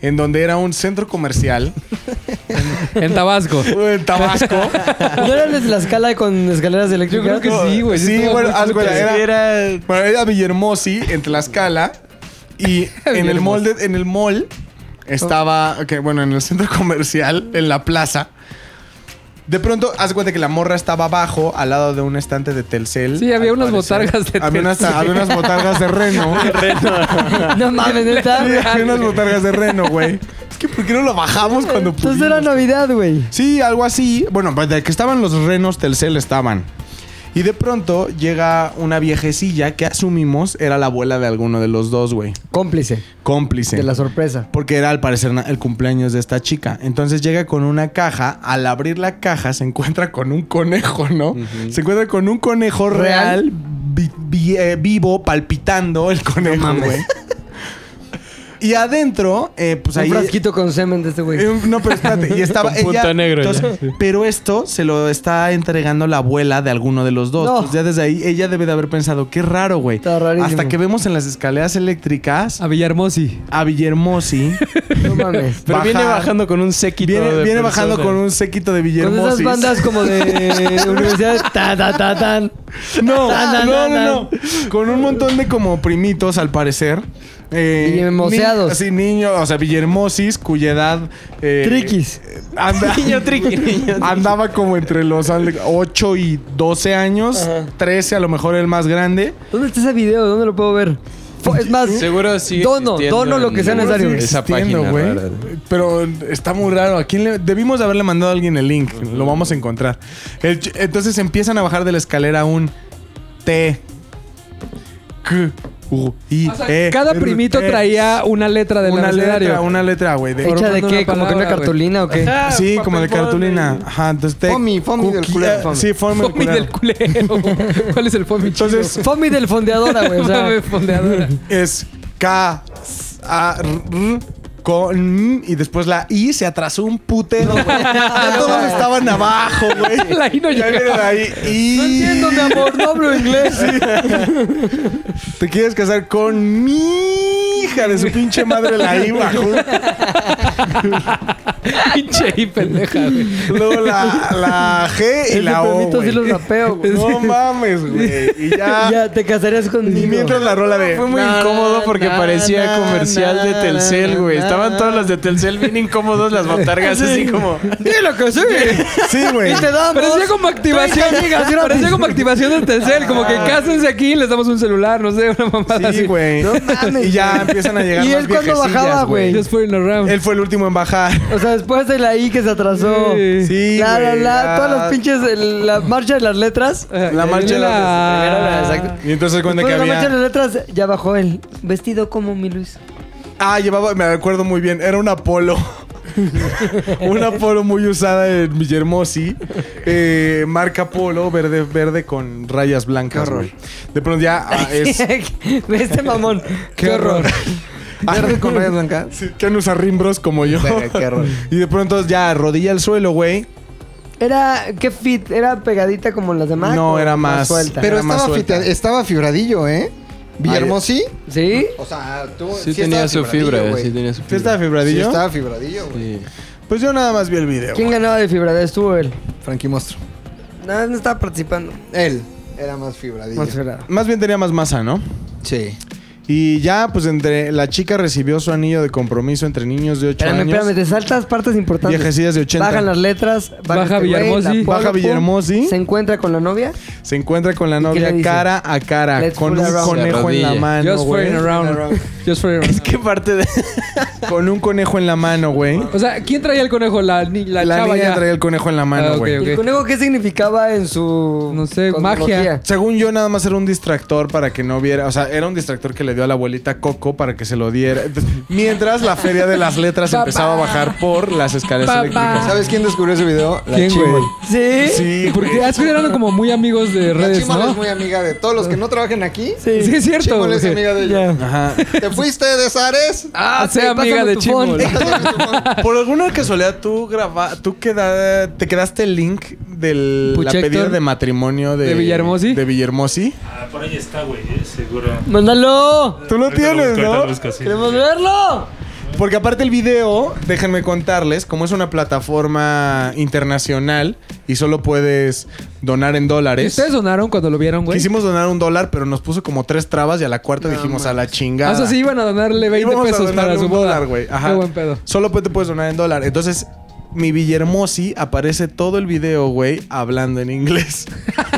Speaker 3: En donde era un centro comercial.
Speaker 4: En Tabasco.
Speaker 3: en Tabasco.
Speaker 2: ¿No era desde la escala con escaleras eléctricas?
Speaker 4: Yo creo que sí, güey.
Speaker 3: Sí,
Speaker 4: estaba
Speaker 3: bueno,
Speaker 4: muy
Speaker 3: haz de
Speaker 4: puto.
Speaker 3: cuenta, era, bueno, era Villahermosi, en Tlaxcala. Y en el mall, de- en el mall estaba, ok, bueno, en el centro comercial, en la plaza. De pronto, haz de cuenta que la morra estaba abajo, al lado de un estante de Telcel.
Speaker 4: Sí, había
Speaker 3: al
Speaker 4: unas
Speaker 3: parecer.
Speaker 4: botargas de
Speaker 3: había unas,
Speaker 4: Telcel.
Speaker 3: había unas botargas de reno.
Speaker 2: No mames, neta.
Speaker 3: Sí, había unas botargas de reno, güey. Es que ¿por qué no lo bajamos cuando pudimos?
Speaker 2: Entonces era Navidad, güey.
Speaker 3: Sí, algo así. Bueno, pues, de que estaban los renos, Telcel estaban. Y de pronto llega una viejecilla que asumimos era la abuela de alguno de los dos, güey.
Speaker 2: Cómplice.
Speaker 3: Cómplice.
Speaker 2: De la sorpresa.
Speaker 3: Porque era al parecer na- el cumpleaños de esta chica. Entonces llega con una caja. Al abrir la caja se encuentra con un conejo, ¿no? Se encuentra con un conejo real, vi- vi- eh, vivo, palpitando el conejo, güey. y adentro, eh, pues
Speaker 2: un
Speaker 3: ahí.
Speaker 2: frasquito con semen de este güey.
Speaker 3: Eh, un- No, pero espérate. Y estaba
Speaker 11: Con punta
Speaker 3: ella-
Speaker 11: negro,
Speaker 3: entonces, pero esto se lo está entregando la abuela de alguno de los dos.
Speaker 2: No.
Speaker 3: Entonces, ya desde ahí ella debe de haber pensado, qué raro, güey.
Speaker 2: Está rarísimo.
Speaker 3: Hasta que vemos en las escaleras eléctricas
Speaker 4: A Villahermosi.
Speaker 3: a Villahermosi.
Speaker 2: No mames.
Speaker 11: Pero viene
Speaker 3: bajar-
Speaker 11: bajando con un séquito.
Speaker 3: Viene,
Speaker 11: de
Speaker 3: viene bajando
Speaker 11: personas.
Speaker 3: con un séquito de
Speaker 2: Con
Speaker 3: Villahermosis.
Speaker 2: esas bandas como de universidad. Ta, ta, ta, tan.
Speaker 3: No,
Speaker 2: Tan, tan,
Speaker 3: no,
Speaker 2: tan,
Speaker 3: no, no. Con un montón de como primitos, al parecer. Eh,
Speaker 2: Villahermoseados.
Speaker 3: ni- Sí, niño, o sea, Villahermosis, cuya edad. eh,
Speaker 2: Triquis.
Speaker 3: anda- andaba como entre los al- 8 y 12 años. 13, a lo mejor el más grande.
Speaker 2: ¿Dónde está ese video? ¿Dónde lo puedo ver? Fo- Es más,
Speaker 11: Seguro sí.
Speaker 2: dono, dono lo que sea necesario.
Speaker 11: Esa
Speaker 3: Entiendo,
Speaker 11: página,
Speaker 3: güey.
Speaker 11: güey.
Speaker 3: Pero está muy raro. ¿A quién le- Debimos de haberle mandado a alguien el link. Lo vamos a encontrar. El ch- Entonces empiezan a bajar de la escalera un T. Q. U, I,
Speaker 4: O sea,
Speaker 11: Eh,
Speaker 3: E,
Speaker 4: cada
Speaker 3: R,
Speaker 4: primito
Speaker 3: T.
Speaker 4: traía una letra del
Speaker 3: una
Speaker 4: abecedario.
Speaker 3: letra, una letra, güey. de-
Speaker 2: ¿Hecha de
Speaker 4: formando
Speaker 2: qué?
Speaker 4: una
Speaker 2: ¿Como que una
Speaker 4: palabra, güey.
Speaker 2: cartulina o qué?
Speaker 3: sí, como de cartulina. Ajá, entonces te-
Speaker 5: Fomi, fomi del
Speaker 3: cookie-
Speaker 5: culero,
Speaker 3: eh,
Speaker 5: fomi.
Speaker 3: Sí, fomi,
Speaker 4: Fomi
Speaker 3: del
Speaker 4: del
Speaker 3: culero.
Speaker 4: culero. ¿Cuál es el fomi
Speaker 3: Entonces
Speaker 2: Fomi del fondeadora, güey.
Speaker 4: chido?
Speaker 2: O sea,
Speaker 4: Mame fondeadora.
Speaker 3: es K, S, A, R, R, con M, y después la I se atrasó un putero, güey. Ya todos estaban abajo, güey.
Speaker 4: La I no
Speaker 3: Ya
Speaker 4: llegaba.
Speaker 3: vieron ahí. I.
Speaker 2: no entiendo, mi amor, no hablo inglés.
Speaker 3: ¿Te quieres casar con mi hija de su pinche madre la I bajó?
Speaker 4: Pinche y pendeja, güey.
Speaker 3: Luego la, la G y
Speaker 2: Ese
Speaker 3: la O.
Speaker 2: permito sí
Speaker 3: güey.
Speaker 2: lo rapeo, güey.
Speaker 3: No mames, güey. Y ya.
Speaker 2: Ya, te casarías
Speaker 3: Y
Speaker 2: conmigo.
Speaker 3: mientras la rola de.
Speaker 11: Fue muy
Speaker 3: Na,
Speaker 11: incómodo porque
Speaker 3: na,
Speaker 11: parecía
Speaker 3: na,
Speaker 11: comercial
Speaker 3: na,
Speaker 11: de Telcel,
Speaker 3: na,
Speaker 11: güey.
Speaker 3: na,
Speaker 11: Estaban
Speaker 3: na.
Speaker 11: todas las de Telcel bien incómodos, las botargas así como.
Speaker 2: Dilo que sí.
Speaker 3: Sí, güey.
Speaker 2: Y te damos.
Speaker 4: Parecía como activación.
Speaker 2: 30 gigas gratis.
Speaker 4: Parecía como activación del Telcel. Como que cásense aquí, les damos un celular, no sé, una mamada
Speaker 3: Ah. Sí,
Speaker 4: así.
Speaker 3: güey.
Speaker 2: No mames,
Speaker 3: Y ya
Speaker 2: güey.
Speaker 3: empiezan a llegar
Speaker 2: Y
Speaker 3: más
Speaker 2: él cuando
Speaker 3: viejecillas,
Speaker 2: bajaba, güey.
Speaker 4: Just for in around. Eh,
Speaker 3: Él fue el último en bajar.
Speaker 2: O sea, después de la I que se atrasó.
Speaker 4: Sí. Sí,
Speaker 2: la, la,
Speaker 4: güey,
Speaker 2: la,
Speaker 4: la-
Speaker 2: todas las pinches, el- la marcha de las letras.
Speaker 3: La marcha de las letras.
Speaker 2: Exacto.
Speaker 3: Y entonces cuenta
Speaker 2: Después
Speaker 3: que
Speaker 2: de la marcha
Speaker 3: había.
Speaker 2: de las letras ya bajó el vestido como mi Luis.
Speaker 3: Ah, llevaba, me acuerdo muy bien, era una polo. una polo muy usada en Villahermosi. Eh, marca polo, verde, verde con rayas blancas. güey. De pronto ya ah, es.
Speaker 2: este mamón.
Speaker 3: Qué horror.
Speaker 5: Verde con rayas blancas.
Speaker 3: Sí, que no usa rimbros como yo.
Speaker 5: Verga, qué horror.
Speaker 3: y de pronto ya rodilla al suelo, güey.
Speaker 2: Era, ¿qué fit? ¿Era pegadita como las demás?
Speaker 3: No,
Speaker 2: ¿O
Speaker 3: era más-
Speaker 2: suelta.
Speaker 5: Pero
Speaker 3: Pero Era más
Speaker 5: estaba,
Speaker 3: suelta.
Speaker 5: fita- estaba fibradillo, ¿eh? Villahermosí.
Speaker 2: ¿Sí?
Speaker 5: O sea, tú.
Speaker 11: Sí tenía
Speaker 5: estaba
Speaker 11: su
Speaker 5: fibradillo,
Speaker 11: fibra,
Speaker 5: güey.
Speaker 11: sí tenía su
Speaker 3: ¿Sí estaba fibradillo?
Speaker 5: Sí estaba fibradillo, güey.
Speaker 11: Sí.
Speaker 3: Pues yo nada más vi el video.
Speaker 2: ¿Quién ganaba de fibra? ¿De estuvo él? Eh,
Speaker 5: Frankie Monstruo.
Speaker 2: No, no estaba participando.
Speaker 5: Él era más fibradillo.
Speaker 2: Más fibra.
Speaker 3: Más bien tenía más masa, ¿no?
Speaker 5: Sí.
Speaker 3: Y ya, pues entre la chica recibió su anillo de compromiso entre niños de 8
Speaker 2: Espérame,
Speaker 3: años.
Speaker 2: espérame, te saltas partes importantes.
Speaker 3: Viejecillas de 80.
Speaker 2: Bajan las letras, baja,
Speaker 3: Baja
Speaker 2: este güey,
Speaker 3: Villahermosi.
Speaker 2: la polo,
Speaker 3: Baja
Speaker 2: pum,
Speaker 3: Villahermosi.
Speaker 2: Se encuentra con la novia.
Speaker 3: Se encuentra con la
Speaker 2: qué le
Speaker 3: novia
Speaker 2: dice?
Speaker 3: cara a cara,
Speaker 2: Let's
Speaker 3: con
Speaker 2: fool
Speaker 3: un
Speaker 2: around.
Speaker 3: conejo en la
Speaker 11: Rodilla.
Speaker 3: mano.
Speaker 4: Ah, Just
Speaker 3: güey.
Speaker 4: fooling around. Just fooling around.
Speaker 11: ¿Qué parte de.?
Speaker 3: Con un conejo en la mano, güey.
Speaker 4: O sea, ¿quién traía el conejo? La, ni- la,
Speaker 3: La
Speaker 4: chava
Speaker 3: niña
Speaker 4: ya.
Speaker 3: traía el conejo en la
Speaker 4: Ah,
Speaker 3: mano,
Speaker 4: ok,
Speaker 3: güey.
Speaker 4: ok.
Speaker 2: ¿El conejo qué significaba en su. No sé,
Speaker 3: Según yo, nada más era un distractor para que no viera. O sea, era un distractor que le dio a la abuelita Coco para que se lo diera. Entonces, mientras la feria de las letras empezaba a bajar por las escaleras
Speaker 4: Papá.
Speaker 3: eléctricas.
Speaker 5: ¿Sabes quién descubrió ese video? La
Speaker 4: ¿Quién,
Speaker 5: Chimo.
Speaker 4: güey?
Speaker 2: ¿Sí?
Speaker 3: Sí,
Speaker 4: Porque así eran como muy amigos de
Speaker 5: La
Speaker 4: redes,
Speaker 5: Chimo es
Speaker 4: ¿no?
Speaker 5: muy amiga de todos los que no trabajan aquí.
Speaker 4: Sí, es cierto.
Speaker 5: Chimol es
Speaker 4: güey.
Speaker 5: amiga de ella.
Speaker 3: Ajá.
Speaker 5: ¿Te fuiste de Zares?
Speaker 4: Ah, sea amiga de Chimol.
Speaker 3: Por alguna casualidad, tú graba, tú queda- te quedaste el link de la
Speaker 4: Puchector.
Speaker 3: pedida de matrimonio de,
Speaker 4: ¿De Villahermosi?
Speaker 3: De Villahermosi.
Speaker 12: Ah, por ahí está, güey, eh, seguro.
Speaker 2: ¡Mándalo!
Speaker 3: Tú lo
Speaker 12: Ahorita lo
Speaker 3: tienes,
Speaker 12: busco, ahorita
Speaker 3: ¿no?
Speaker 12: lo busco, sí.
Speaker 2: ¡Queremos verlo!
Speaker 3: Porque aparte el video, déjenme contarles, como es una plataforma internacional y solo puedes donar en
Speaker 4: ¿Y
Speaker 3: dólares.
Speaker 4: ¿Ustedes donaron cuando lo vieron, güey?
Speaker 3: Quisimos donar un dólar, pero nos puso como tres trabas y a la cuarta dijimos a la chingada.
Speaker 4: Ah, O sea, sí iban a donarle 20
Speaker 3: Íbamos a
Speaker 4: pesos
Speaker 3: donarle
Speaker 4: para su
Speaker 3: un
Speaker 4: boda.
Speaker 3: dólar, güey. Ajá.
Speaker 4: Qué buen pedo.
Speaker 3: Solo pues, te puedes donar en dólar. Entonces, mi Villahermosi aparece todo el video, güey, hablando en inglés.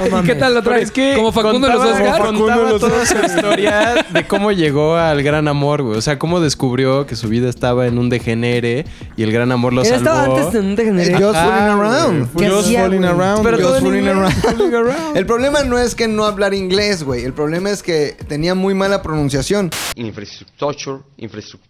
Speaker 4: ¿Y qué tal lo traes? Como Facundo en los
Speaker 11: contaba-
Speaker 4: Oscar.
Speaker 3: Facundo en
Speaker 11: contaba
Speaker 3: los
Speaker 11: toda su
Speaker 3: Oscar.
Speaker 11: historia de cómo llegó al gran amor, güey. O sea, cómo descubrió que su vida estaba en un degenere y el gran amor lo
Speaker 2: Él
Speaker 11: salvó.
Speaker 2: estaba antes en un
Speaker 5: El
Speaker 2: degenerado.
Speaker 5: Just Fooling
Speaker 3: Ah,
Speaker 5: Around.
Speaker 2: ¿Qué
Speaker 3: Just
Speaker 2: hacía,
Speaker 3: fooling
Speaker 2: güey?
Speaker 3: around.
Speaker 11: Pero
Speaker 3: güey.
Speaker 11: todo
Speaker 3: Just
Speaker 11: en
Speaker 3: fooling
Speaker 11: inglés.
Speaker 3: around.
Speaker 5: El problema no es que no hablar inglés, güey. El problema es que tenía muy mala pronunciación.
Speaker 15: infrastructure, infrastru-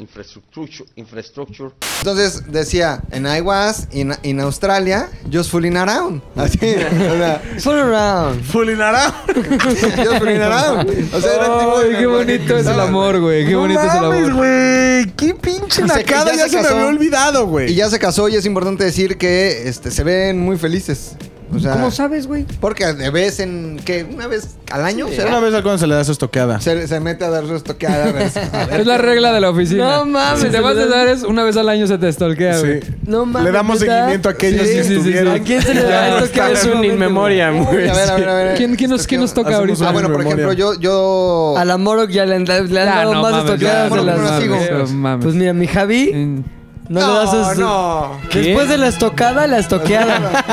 Speaker 15: infrastructure, infrastructure.
Speaker 5: Entonces decía, en I was, in, in Australia, just fooling around. Así, o sea,
Speaker 2: Full around.
Speaker 3: Fooling around.
Speaker 5: just fooling around. O sea, era el tipo de
Speaker 4: Ay, qué
Speaker 5: lenguaje que
Speaker 4: bonito es el
Speaker 5: usaba,
Speaker 4: amor, güey. Qué
Speaker 3: No
Speaker 4: bonito es el
Speaker 3: mames,
Speaker 4: amor.
Speaker 3: güey. Qué pinche
Speaker 5: O sea, que
Speaker 3: nacada.
Speaker 5: ya
Speaker 3: Ya
Speaker 5: se
Speaker 3: se me
Speaker 5: casó.
Speaker 3: había olvidado,
Speaker 5: güey.
Speaker 3: güey.
Speaker 5: Y ya se casó y es importante decir que este, se ven muy felices. O sea,
Speaker 2: ¿Cómo sabes, güey?
Speaker 5: Porque de vez en que una vez al año ¿será?
Speaker 3: Una vez al cuando se le da su estoqueada.
Speaker 5: se, se mete a dar su estoqueada. a ver, a ver.
Speaker 4: Es la regla de la oficina.
Speaker 2: No mames,
Speaker 4: Si te
Speaker 2: se
Speaker 4: vas
Speaker 2: le
Speaker 4: a
Speaker 2: da-
Speaker 4: dar es una vez al año se te stalkea,
Speaker 3: Sí.
Speaker 4: güey.
Speaker 2: No mames.
Speaker 3: Le damos
Speaker 2: ¿neta?
Speaker 3: seguimiento a aquellos
Speaker 4: Sí,
Speaker 3: que
Speaker 4: sí, sí, sí.
Speaker 3: estuvieron.
Speaker 2: ¿A quién se le da
Speaker 3: Ya
Speaker 2: esto
Speaker 3: está,
Speaker 2: que es
Speaker 3: en
Speaker 2: un
Speaker 3: momento,
Speaker 11: Memoria, güey.
Speaker 5: A ver, a ver, a ver.
Speaker 4: ¿Quién, quién nos, quién nos toca
Speaker 3: Hacemos
Speaker 4: ahorita?
Speaker 5: Ah,
Speaker 3: un-
Speaker 5: bueno, por ejemplo, yo, yo
Speaker 2: A la Morok ya le han, le han dado
Speaker 4: no
Speaker 2: más
Speaker 4: mames,
Speaker 2: estoqueadas
Speaker 5: ya,
Speaker 2: de
Speaker 5: Morok
Speaker 2: las
Speaker 5: no la sigo.
Speaker 2: güey.
Speaker 4: No mames.
Speaker 2: Pues mira, mi Javi,
Speaker 4: Mm.
Speaker 2: no, le das a su-
Speaker 5: no.
Speaker 2: Después de la estocada, la estoqueada.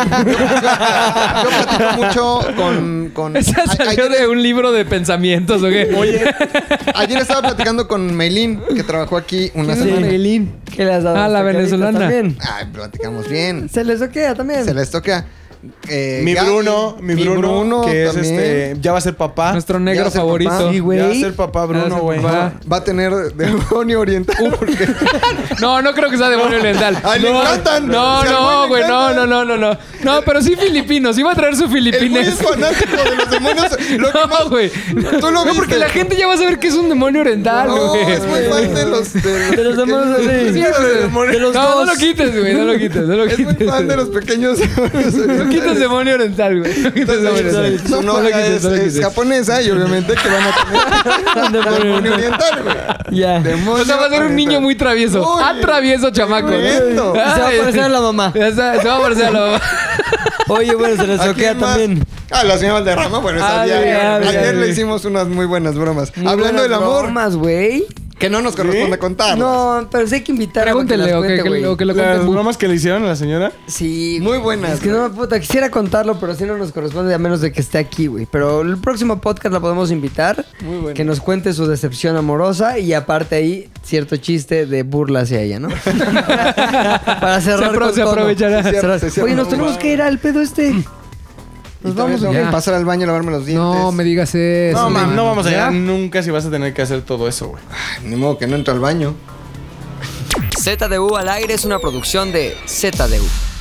Speaker 5: Yo platico mucho con. con
Speaker 4: Esa
Speaker 5: a-
Speaker 4: salió
Speaker 5: ayer,
Speaker 4: de un libro de pensamientos, ¿o qué? Oye,
Speaker 5: ayer estaba platicando con Meilín, que trabajó aquí una
Speaker 4: es
Speaker 5: semana.
Speaker 4: Maylin?
Speaker 2: ¿Qué le has dado?
Speaker 4: Ah, la
Speaker 2: estoqueaditas
Speaker 4: venezolana.
Speaker 2: También.
Speaker 5: Ay, platicamos bien.
Speaker 2: Se le estoquea también.
Speaker 5: Se les toca. eh,
Speaker 3: Mi
Speaker 5: Gaby,
Speaker 3: Bruno, mi Bruno, que es
Speaker 5: también.
Speaker 3: este, ya va a ser papá.
Speaker 4: Nuestro
Speaker 5: Ya
Speaker 4: negro
Speaker 5: se
Speaker 4: favorito.
Speaker 5: papá.
Speaker 2: Sí,
Speaker 3: Ya va a
Speaker 2: güey.
Speaker 3: ser papá
Speaker 4: Ya
Speaker 3: Bruno,
Speaker 4: se
Speaker 3: güey.
Speaker 4: papá.
Speaker 5: Va a tener demonio oriental. porque-
Speaker 4: No, no creo que sea demonio oriental.
Speaker 5: Ay, le
Speaker 4: no,
Speaker 5: encantan.
Speaker 4: No,
Speaker 5: Si al güey
Speaker 4: no,
Speaker 5: le
Speaker 4: güey, no,
Speaker 5: encantan.
Speaker 4: no, no, no, no. No, pero sí filipinos. Iba a traer su
Speaker 5: El güey es
Speaker 4: filipinés.
Speaker 5: fanático de los demonios. Lo que más-
Speaker 4: No, güey.
Speaker 5: Tú lo
Speaker 4: No,
Speaker 5: viste.
Speaker 4: porque la gente ya va a saber que es un demonio oriental,
Speaker 5: No,
Speaker 4: güey.
Speaker 5: es muy fan de los.
Speaker 2: De los demonios, sí.
Speaker 5: pequeños demonios.
Speaker 2: De los
Speaker 4: No, no
Speaker 2: dos.
Speaker 4: lo quites, güey. No lo quites, no lo
Speaker 5: Es
Speaker 4: quites.
Speaker 5: muy fan de los pequeños demonios.
Speaker 4: No quites demonio oriental, güey. No quites demonio oriental.
Speaker 5: Su
Speaker 4: No lo
Speaker 5: novia
Speaker 4: quites,
Speaker 5: es,
Speaker 4: no lo
Speaker 5: es
Speaker 4: quites.
Speaker 5: japonesa y obviamente que van a tener demonio oriental, güey.
Speaker 2: Ya.
Speaker 5: Demonio
Speaker 4: O sea, va a ser un
Speaker 5: oriental.
Speaker 4: niño muy travieso.
Speaker 5: Uy,
Speaker 4: ah, travieso, chamaco. ¿no?
Speaker 5: bonito.
Speaker 2: Y Se va a
Speaker 4: Ay,
Speaker 2: parecer a la mamá.
Speaker 4: ya está, Se va a parecer a la mamá.
Speaker 2: Oye, bueno, se le
Speaker 5: ¿A quién
Speaker 2: estoquea
Speaker 5: más?
Speaker 2: también.
Speaker 5: Ah, la señora Valderrama, bueno, esa
Speaker 4: Ah,
Speaker 5: día-
Speaker 4: ya, ya,
Speaker 5: ayer
Speaker 4: ya.
Speaker 5: le hicimos unas muy buenas bromas.
Speaker 2: Muy
Speaker 5: Hablando
Speaker 2: buenas
Speaker 5: del amor,
Speaker 2: bromas, güey.
Speaker 5: Que no nos corresponde contar.
Speaker 2: No, pero sí hay que invitar a
Speaker 5: Pregúntele, o que- que- o que lo cuente
Speaker 3: ¿Las
Speaker 5: Buch.
Speaker 3: bromas que le hicieron a la señora?
Speaker 2: Sí. Muy buenas. Es que no, puta, quisiera contarlo, pero si no nos corresponde a menos de que esté aquí, güey. Pero el próximo podcast la podemos invitar.
Speaker 5: Muy bueno.
Speaker 2: Que nos cuente su decepción amorosa y aparte ahí cierto chiste de burla hacia ella, ¿no? Para cerrar
Speaker 5: apro-
Speaker 2: con
Speaker 5: se
Speaker 2: todo. Cerrar.
Speaker 5: aprovechará. Se cierra- se cierra
Speaker 2: Oye, nos
Speaker 5: un
Speaker 2: tenemos
Speaker 5: bar.
Speaker 2: que ir al pedo este. Nos
Speaker 5: Vamos a
Speaker 2: Ya.
Speaker 5: pasar al baño, lavarme los dientes.
Speaker 4: No me digas eso.
Speaker 3: No, mam, no vamos
Speaker 5: ¿Ya?
Speaker 3: a llegar nunca si vas a tener que hacer todo eso, güey.
Speaker 5: Ni modo que no entro al baño.
Speaker 2: ZDU al aire es una producción de ZDU.